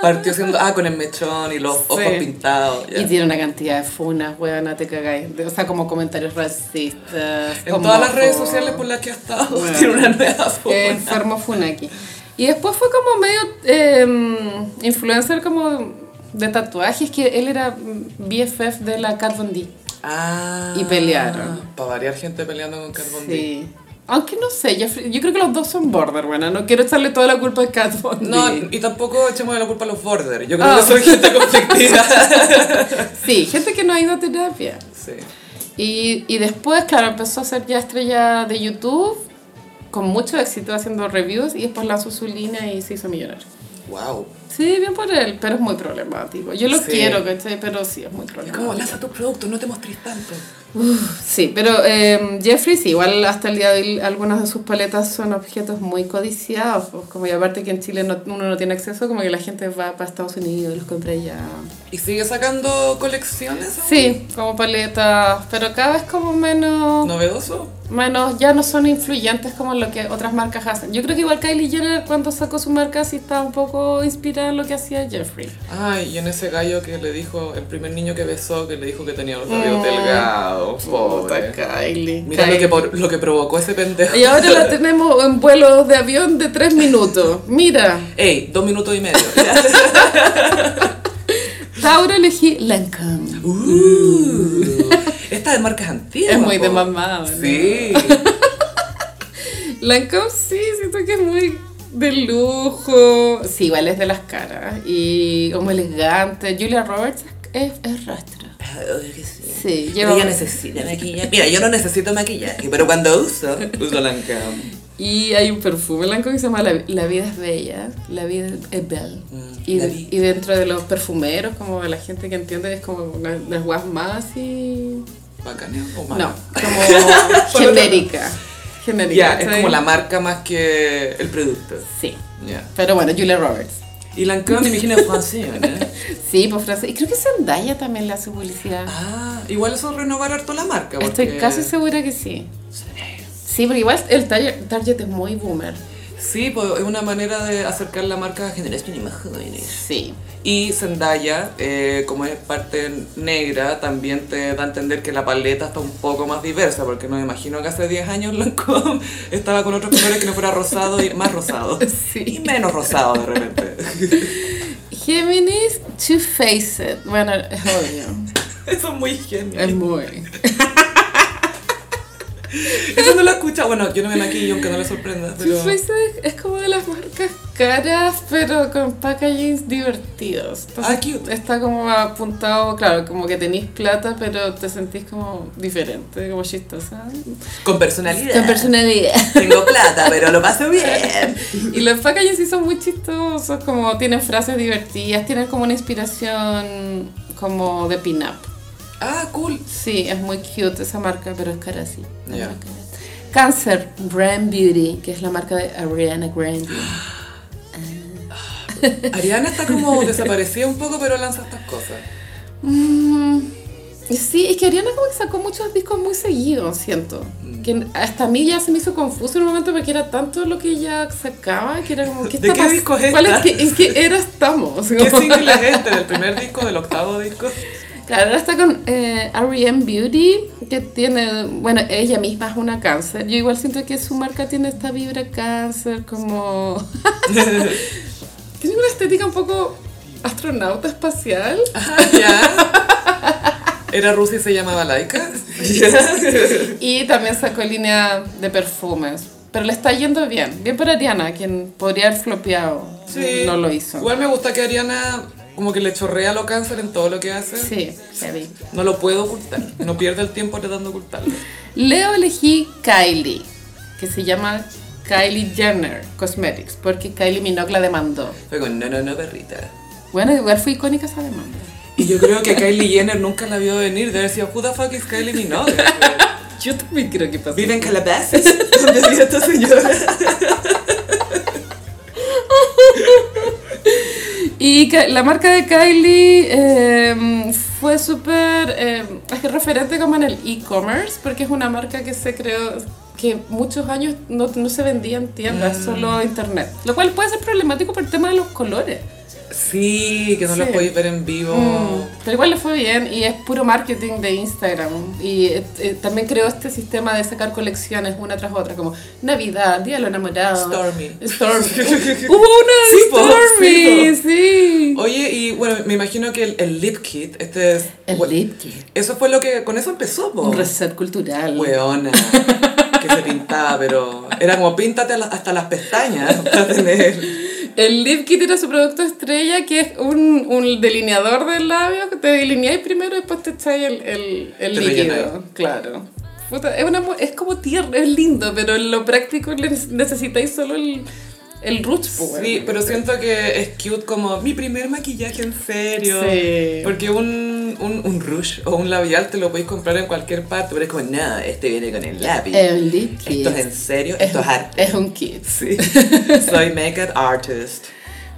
Partió siendo, ah, con el mechón y los ojos
Sí.
pintados. ya.
y tiene una cantidad de funas, weona, te cagáis. De- O sea, como comentarios racistas.
En todas las redes
homófobos.
sociales por las que ha estado,
Bueno.
tiene una nueva foto.
Eh, enfermo Funaki. Y después fue como medio eh, influencer como de tatuajes, que él era mm, BFF de la Kat Von D.
Ah.
Y pelearon.
Para variar gente peleando con Kat Von D.
Sí. Aunque no sé, Jeffrey- yo creo que los dos son border, bueno, no quiero echarle toda la culpa a Kat Von D.
No, y tampoco echemos la culpa a los border. Yo creo
Ah.
que son gente
<laughs>
conflictiva.
Sí, gente que no ha ido a terapia.
sí.
Y, y después, claro, empezó a ser ya estrella de YouTube, con mucho éxito haciendo reviews, y después lanzó su línea y se hizo millonario.
Wow.
Sí, bien por él, pero es muy problemático. Yo lo
Sí.
quiero, ¿cachai? Pero sí, es muy
Es como,
problemático.
lanza tu producto, no te mostres tanto.
Sí, pero eh, Jeffrey sí, igual hasta el día de hoy algunas de sus paletas son objetos muy codiciados. pues, como y aparte que en Chile no- uno no tiene acceso, como que la gente va para Estados Unidos y los compra ya.
¿Y sigue sacando colecciones?
Sí, como paletas, pero cada vez como menos,
¿Novedoso?
menos, ya no son influyentes como lo que otras marcas hacen. Yo creo que igual Kylie Jenner cuando sacó su marca sí estaba un poco inspirada en lo que hacía Jeffrey.
Ay, y en ese gallo que le dijo, el primer niño que besó, que le dijo que tenía los
Mm.
labios delgados. Pobre.
Kylie.
Mira lo que, por- lo que provocó ese pendejo.
Y ahora la tenemos en vuelos de avión de tres minutos. Mira.
<laughs> Ey, dos minutos y
<laughs>
medio.
Tauro elegí Lancome.
Uh, esta de marcas antiguas.
Es muy de
po.
mamá, ¿no?
Sí.
Lancome sí, siento que es muy de lujo. Sí, igual es de las caras. Y como elegante. Julia Roberts es, es rastro.
Obvio que sí.
Sí,
Pero
lleva...
Ella necesita maquillaje. Mira, yo no necesito maquillaje, pero cuando uso,
Uso Lancome.
Y hay un perfume Lancome que se llama La, La vida es bella. La vida es belle.
Mm,
y,
la vida.
y dentro de los perfumeros, como la gente que entiende, es como una de las guas más y...
¿Bacaneo o malo?
No,
<laughs>
como genérica.
Ya,
Genérica.
es
¿cachai?
como la marca más que el producto.
Sí.
Ya.
Pero bueno, Julia Roberts.
Y Lancome me imagino francés, ¿no?
Sí, por francés. Y creo que Zendaya también le hace publicidad.
Ah, igual eso es renovar harto la marca. Porque...
Estoy casi segura que sí. Sí, porque igual el target, target es muy boomer.
Sí, pues es una manera de acercar la marca a generaciones más jóvenes.
Sí.
Y Zendaya, eh, como es parte negra, también te da a entender que la paleta está un poco más diversa, porque no me imagino que hace 10 años Lancôme <laughs> estaba con otros colores que no fuera rosado y más rosado.
<laughs> Sí.
Y menos rosado de repente. <laughs>
Géminis, Two Faced. Bueno, <laughs> es obvio.
Eso es muy genial.
es muy.
Eso no lo escucha. Bueno, yo no me maquillo, aunque no le sorprenda.
Two
Pero...
Faced es como de las marcas caras, pero con packagings divertidos.
Ah, cute.
Está como apuntado, claro, como que tenéis plata, pero te sentís como diferente, como chistosa.
con personalidad.
Con personalidad.
Tengo plata, pero lo paso bien.
Y los packaging sí son muy chistosos, como tienen frases divertidas, tienen como una inspiración como de pin-up.
Ah, cool.
Sí, es muy cute esa marca, pero es cara sí. es
Ya.
muy cara. Cáncer, Brand Beauty, que es la marca de Ariana Grande.
Ariana está como desaparecida un poco, pero lanza estas cosas.
Mm, Y Sí, es que Ariana como que sacó muchos discos muy seguidos, siento.
Mm.
Que hasta a mí ya se me hizo confuso en un momento porque era tanto lo que ella sacaba que era como, ¿qué
¿De
está
qué
pas-
disco es
¿Cuál es
esta?
que, ¿En qué era estamos? <laughs>
¿Qué single es este? ¿Del primer disco? ¿Del octavo disco?
Claro, ahora está con eh, R.E.M. Beauty, que tiene, bueno, ella misma es una cáncer. Yo igual siento que su marca tiene esta vibra cáncer, como... <laughs> tiene una estética un poco astronauta espacial.
Ah, ya. Era Rusia y se llamaba Laika.
Y también sacó línea de perfumes. Pero le está yendo bien. Bien para Ariana, quien podría haber flopeado. No lo hizo.
Igual me gusta que Ariana como que le chorrea lo cáncer en todo lo que hace.
Sí, heavy.
No lo puedo ocultar. No pierde el tiempo tratando de ocultarlo.
Leo elegí Kylie, que se llama Kylie Jenner Cosmetics, porque Kylie Minogue la demandó.
Fue con no, no, no, perrita.
Bueno, igual fue icónica esa demanda.
Y yo creo que Kylie Jenner nunca la vio venir. De haber sido, who the fuck is Kylie Minogue?
<laughs> Yo también creo que pasó.
Vive en Calabasas,
<laughs>
donde vive esta señora.
Y Ka- la marca de Kylie eh, fue súper eh, es que referente como en el e-commerce, porque es una marca que se creó, que muchos años no, no se vendía en
Mm.
tiendas, solo internet. Lo cual puede ser problemático por el tema de los colores.
Sí, que no
Sí.
los podéis ver en vivo.
Pero igual le fue bien y es puro marketing de Instagram. Y eh, eh, también creó este sistema de sacar colecciones una tras otra, como Navidad, Día de los Enamorados.
Stormy. <laughs>
Stormy. Hubo una de
Sí, po,
Stormy, sí.
Oye, y bueno, me imagino que el, el lip kit, este es... bueno,
Lipke.
Eso fue lo que... Con eso empezó, po.
Un reset cultural.
Weona. Que se pintaba, pero... Era como píntate a la- hasta las pestañas para tener...
El Lip Kit era su producto estrella, que es un, un delineador de labios que te delineáis primero y después te echáis el, el, el
Te
líquido.
rellenáis.
Claro. Puta, es, una mo- es como tierno, es lindo, pero en lo práctico le- necesitáis solo el, el rouge. pues,
Sí,
bueno.
pero siento que es cute como mi primer maquillaje en serio.
Sí.
Porque un, un, un rouge o un labial te lo podéis comprar en cualquier parte, pero es como, nada, este viene con el lápiz.
El Lip Kit
esto es en serio, esto es arte.
es un kit.
Sí. <laughs> Soy makeup artist.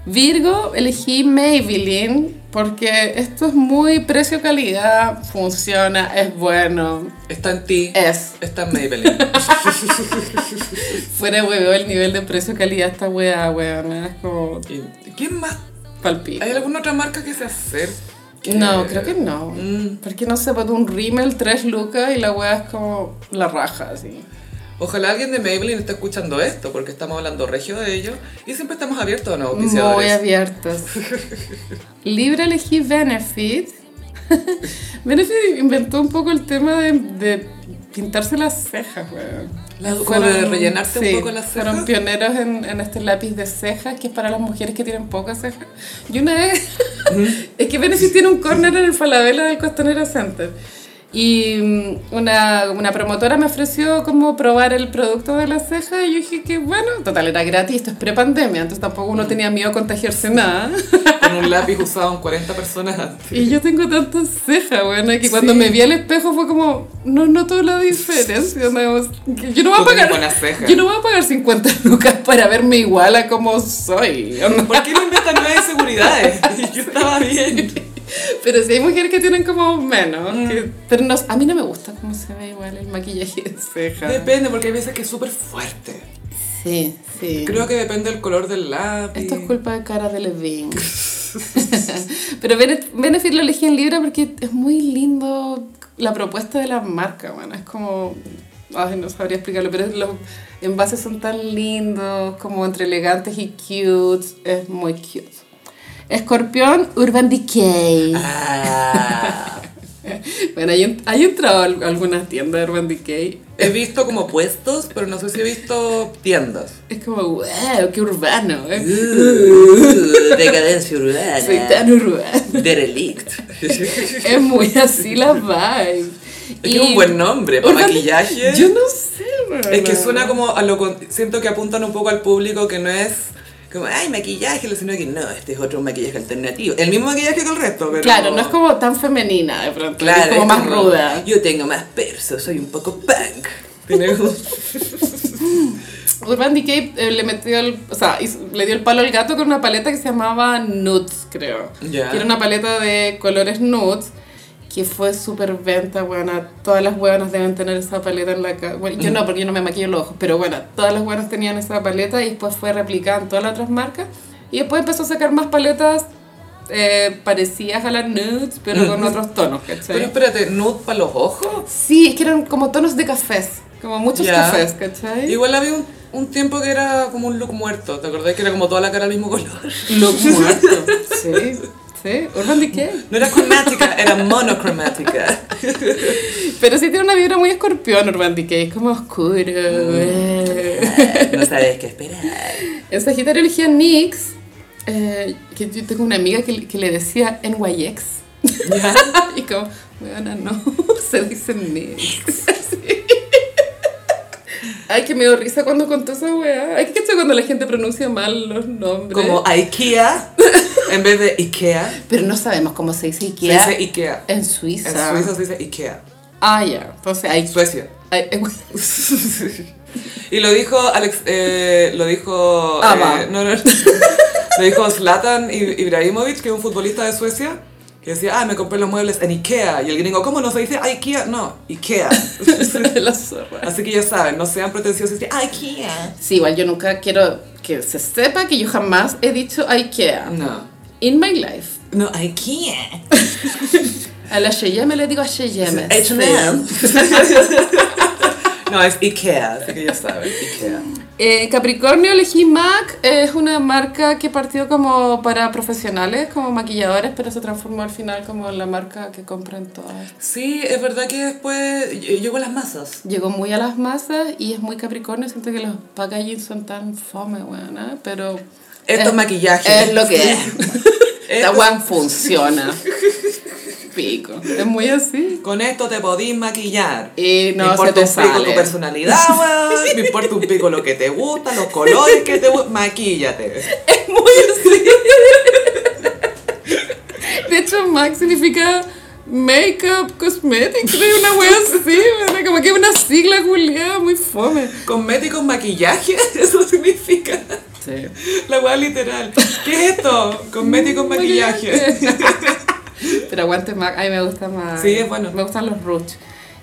Virgo, elegí Maybelline porque esto es muy precio-calidad, funciona, es bueno,
Está en ti.
es
Está en Maybelline. <laughs>
Fuera de huevo el nivel de precio calidad esta weá, weón. Es como
¿Y ¿Quién más?
palpito.
¿Hay alguna otra marca que se acerque?
No, creo que no.
Mm.
Porque no sé, ponte un rímel, tres lucas y la weá es como la raja, así.
Ojalá alguien de Maybelline esté escuchando esto, porque estamos hablando regio de ellos y siempre estamos abiertos a nuevos
Muy
auspiciadores.
abiertas.
<laughs>
Libra elegí Benefit. Benefit inventó un poco el tema de, de pintarse las cejas, weón.
La- como de rellenarte un poco las cejas.
Fueron pioneros en, en este lápiz de cejas que es para las mujeres que tienen pocas cejas. Y una vez, <laughs> es que Benefit tiene un corner en el Falabella del Costanera Center. Y mm, una, una promotora me ofreció como probar el producto de las cejas y yo dije que bueno, total era gratis, esto es prepandemia, entonces tampoco uno tenía miedo a contagiarse nada. <laughs>
Con un lápiz usado en 40 personas <laughs> antes.
Y yo tengo tantas cejas, bueno, que cuando
Sí.
me vi al espejo fue como, no noto la diferencia. onda, como, que Yo no voy a
Tú tenés
pagar.
buenas cejas.
Yo no voy a pagar 50 lucas para verme igual a como soy. onda.
<laughs> ¿Por qué no inventan nuevas inseguridades? <laughs> Yo estaba bien.
Pero si hay mujeres que tienen como menos.
Mm.
que- pero no- a mí no me gusta cómo se ve igual el maquillaje de cejas.
Depende, porque hay veces que es súper fuerte.
Sí, sí.
Creo que depende del color del lápiz.
Esto es culpa de Cara
<laughs>
de Levine. Pero Bene- Benefit lo elegí en Libra porque es muy lindo la propuesta de la marca, bueno, es como... Ay, no sabría explicarlo, pero los envases son tan lindos, como entre elegantes y cute. Es muy cute. Escorpión Urban Decay.
Ah.
Bueno, hay, en- hay entrado a al- algunas tiendas de Urban Decay.
He visto como puestos, pero no sé si he visto
<laughs>
tiendas.
Es como, wow, qué urbano. ¿eh?
decadencia urbana.
Soy tan urbano.
Derelict.
Es muy así la vibe.
Es que es un buen nombre para
Urban-
maquillaje.
Yo no sé,
Es que suena como a lo con- siento que apuntan un poco al público que no es como ay maquillaje, sino que no, este es otro maquillaje alternativo, el mismo maquillaje que el resto, pero
Claro, no es como tan femenina de pronto,
Claro,
es como
es
más
como-
ruda.
Yo tengo más perso, soy un poco punk.
<laughs>
Tiene <laughs> como-
Urban Decay eh, le metió el, o sea, hizo- le dio el palo al gato con una paleta que se llamaba Nudes, creo.
Ya.
Que era una paleta de colores nudes que fue súper venta, buena. Todas las hueonas deben tener esa paleta en la cara. Bueno, yo no, porque yo no me maquillo los ojos, pero bueno, todas las hueonas tenían esa paleta y después fue replicada en todas las otras marcas. Y después empezó a sacar más paletas eh, parecidas a las nudes, pero con otros tonos, ¿cachai?
Pero espérate, nude para los ojos.
sí, es que eran como tonos de cafés, como muchos
Ya.
cafés, ¿cachai?
Igual había un, un tiempo que era como un look muerto, ¿te acordás que era como toda la cara del mismo color?
<laughs> Look muerto. sí, sí. Urban Decay.
No era
<laughs>
cromática, era monocromática.
Pero sí tiene una vibra muy escorpión Urban Decay, es como oscuro. eh.
No sabes qué esperar.
En Sagitario elegí a Nyx, eh, que yo tengo una amiga que, que le decía NYX. <laughs> y como, bueno, no, <laughs> se dice <laughs> Nyx. Sí. Ay, que me dio risa cuando contó esa weá. Ay, que cachai cuando la gente pronuncia mal los nombres.
Como IKEA en vez de IKEA.
Pero no sabemos cómo se dice
Se
Ikea.
dice Ikea.
En
En
Suiza.
Suiza se dice Ikea.
Ah, ya. Entonces, hay,
Suecia. <laughs>
hay-
Y lo dijo Alex, eh, lo dijo...
Ah,
eh,
va.
no, <laughs> no, lo dijo Zlatan I- Ibrahimovic, que es un futbolista de Suecia, que decía, ah, me compré los muebles en Ikea. Y el gringo, ¿cómo no se dice Ikea? No, Ikea.
<laughs>
<laughs>
la zorra.
Así que ya saben, no sean pretenciosos y dicen, Ikea.
Sí, igual yo nunca quiero que se sepa que yo jamás he dicho IKEA.
No.
In my life.
No, IKEA.
A la Sheyeme le digo a Sheyeme.
H&M.
<laughs> No, es Ikea, así que ya saben, Ikea.
Eh, Capricornio elegí MAC. eh, Es una marca que partió como para profesionales, como maquilladores, pero se transformó al final como en la marca que compran todas.
Sí, es verdad que después llegó las masas.
Llegó muy a las masas y es muy Capricornio. Siento que los packaging son tan fome, weona, pero...
Estos
es-
maquillajes.
Es lo <laughs> que
<laughs>
es. Esta
Estos-
weón <laughs> funciona. Pico. Es muy así.
Con esto te podís maquillar.
Y no
me
se
importa
te
un pico
sale.
tu personalidad, weón. Me importa un pico lo que te gusta, los colores que te gustan. Maquíllate.
<laughs> Es muy así. <laughs> De hecho, MAC significa Makeup Cosmetic, creo, una wea así, ¿verdad? Como que es una sigla culiada muy fome.
Cosméticos, maquillaje, <laughs> eso significa.
Sí.
La weá literal. ¿Qué es esto? Cosméticos, maquillaje. <laughs>
Pero aguante MAC, ay, me gusta más.
Sí, es bueno.
Me gustan los Ruch.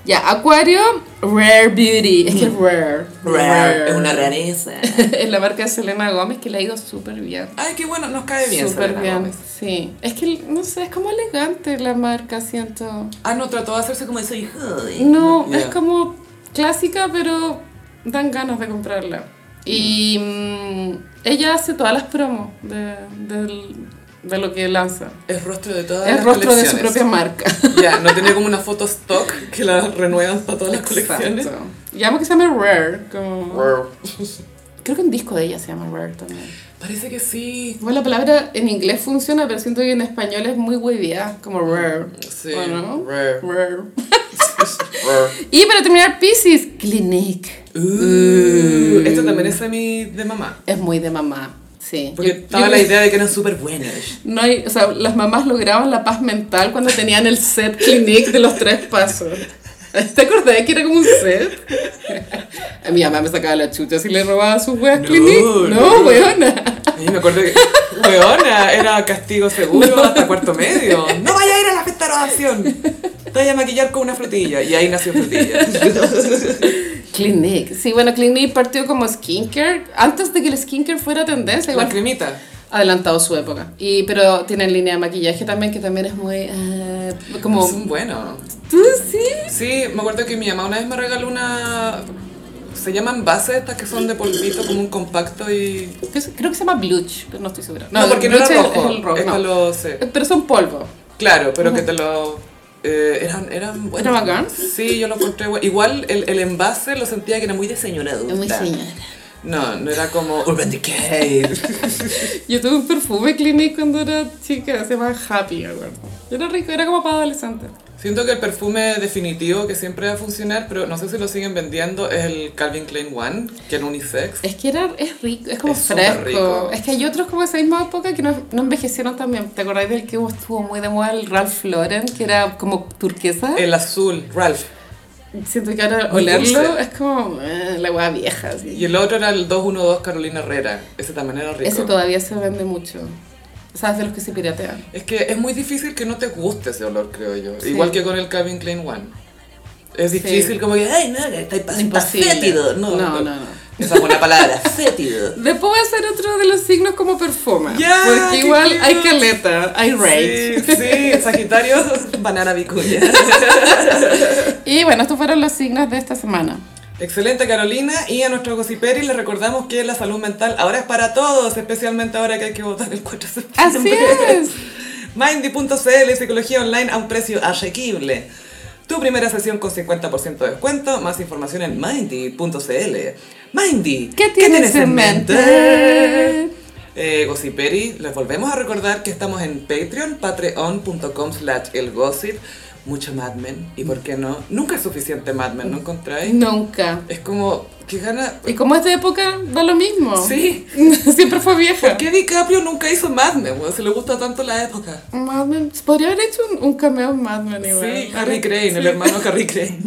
Ya, Acuario, Rare Beauty. Es que es rare.
Rare. Es una rareza.
<laughs> Es la marca de Selena Gómez que le ha ido súper bien.
Ay, qué bueno, nos cae bien.
Súper
Selena
bien,
Gómez.
sí. Es que, no sé, es como elegante la marca, siento.
Ah, no, trató de hacerse como eso.
Soy joven.
No,
Ya.
es como clásica, pero dan ganas de comprarla. Y mm, ella hace todas las promos de, del- de lo que lanza.
El rostro de todas
El
las
rostro de su
colecciones.
propia marca.
Ya, no tenía como una foto stock que la renuevan para
<laughs>
todas las colecciones.
Exacto. Y amo que se llame Rare. como-
Wow.
<laughs> Creo que un disco de ella se llama Rare también.
Parece que sí.
Bueno, la palabra en inglés funciona, pero siento que en español es muy hueviada, como Rare.
Sí,
¿o no? <laughs>
rare.
Rare. Y para terminar, Pisces, Clinique.
Uh, esto también es semi de mamá.
Es muy de mamá, sí.
Porque
Yo- yo
estaba la
creo-
idea de que eran súper buenas.
No hay, o sea, las mamás lograban la paz mental cuando tenían el set Clinique de los tres pasos. ¿Te acordás que era como un set? A mi mamá me sacaba la chucha si le robaba sus weas
No,
Clinique. No,
no.
weona.
Y me acuerdo que,
<laughs>
weona, era castigo seguro hasta cuarto
<laughs>
medio. No vaya a ir a la fiesta de graduación. Te vaya a maquillar con una frutilla. Y ahí nació frutilla.
<laughs> Clinique. Sí, bueno, Clinique partió como skincare antes de que el skincare fuera tendencia.
La
Igual
cremita.
adelantado su época. Y, pero tienen línea de maquillaje también, que también es muy... eh, como...
Es un bueno.
¿Tú sí?
Sí, me acuerdo que mi mamá una vez me regaló una... Se llaman bases estas que son de polvito, como un compacto y...
Creo que se llama blush, pero no estoy segura.
No, porque no era
blush es-
rojo.
es el rojo,
es
no.
para los- sí.
Pero son polvo.
Claro, pero que te lo... eh, eran, eran buenos.
¿Era bacán?
Sí, yo lo encontré bueno. Igual el, el envase lo sentía que era muy de señora adulta. No, no era como Urban Decay. <laughs>
Yo tuve un perfume Clinique cuando era chica, se llamaba Happy, me acuerdo. Era rico, era como para adolescente.
Siento que el perfume definitivo que siempre va a funcionar, pero no sé si lo siguen vendiendo, es el Calvin Klein One, que era unisex.
Es que era, es rico, es como
Es súper
fresco.
rico.
Es que hay otros como de esa misma época que no, no envejecieron también. ¿Te acordáis del que estuvo muy de moda el Ralph Lauren, que era como turquesa?
El azul, Ralph.
Siento que ahora
Muy
olerlo
dulce.
es como eh, la hueá vieja. así.
Y el otro era el 212 Carolina Herrera. Ese también era rico.
Ese todavía se vende mucho. O sea, es de los que se piratean.
Es que es muy difícil que no te guste ese olor, creo yo. Igual que con el Calvin Klein One. Es
Sí.
difícil como que, ay, no, que estáis pasando
Imposible.
fétido. No,
No, no, no.
Esa es una
<laughs>
palabra, fétido.
Después voy a hacer otro de los signos como performance.
Ya,
porque
qué
igual
cute.
hay caleta, hay rage.
Sí, sí, Sagitario, <laughs> banana vicuña.
<laughs>
<laughs>
Y bueno, estos fueron los signos de esta semana.
Excelente Carolina y a nuestros gossiperis les recordamos que la salud mental ahora es para todos, especialmente ahora que hay que votar el 4 de
Así
septiembre.
es.
Mindy.cl, psicología online a un precio asequible. Tu primera sesión con 50% de descuento, más información en Mindy.cl. Mindy,
¿Qué tienes en mente?
Eh, Gossiperi, les volvemos a recordar que estamos en Patreon, patreon.com slash elgossip. Mucho Mad Men, y por qué no, nunca es suficiente Mad Men, ¿no encontráis?
Nunca.
Es como, qué gana...
Y como esta época da lo mismo.
Sí,
<laughs> Siempre fue vieja.
¿por qué DiCaprio nunca hizo Mad Men? weón? Si le gusta tanto la época.
Mad Men. Podría haber hecho un, un cameo en Mad Men igual.
Sí, Harry Crane, el hermano Harry
<laughs>
Crane.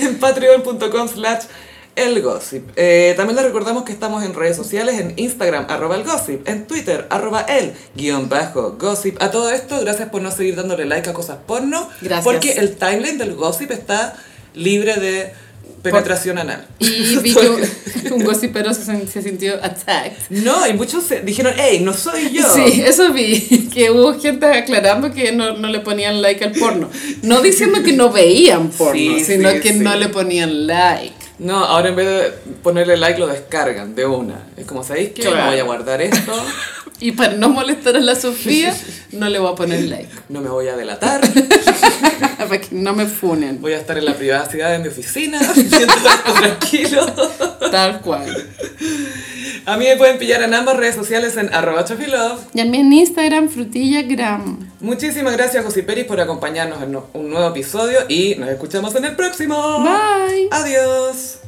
en patreon.com slash el gossip. Eh, también les recordamos que estamos en redes sociales, en Instagram, arroba el gossip, en Twitter, arroba el guión bajo gossip. A todo esto, gracias por no seguir dándole like a cosas porno,
Gracias.
porque el timeline del gossip está libre de penetración anal. <laughs>
Y vi que <laughs> un, un gossipero se, sen- se sintió attacked.
No, y muchos se- dijeron, hey, no soy yo.
Sí, eso vi, <laughs> que hubo gente aclarando que no, no le ponían like al porno. No diciendo que no veían porno,
Sí,
sino
sí,
que
sí.
no le ponían like.
No, ahora en vez de ponerle like lo descargan de una. Es como, ¿sabéis que
Claro.
No voy a guardar esto,
Y para no molestar a la Sofía, no le voy a poner like. <laughs>
no me voy a delatar,
Para que no me funen.
voy a estar en la privacidad de mi oficina, <laughs> viendo esto tranquilo.
Tal cual.
A mí me pueden pillar en ambas redes sociales en arroba chofilove.
Y a mí en Instagram, frutillagram.
Muchísimas gracias, José Peris, por acompañarnos en un nuevo episodio y nos escuchamos en el próximo.
Bye.
Adiós.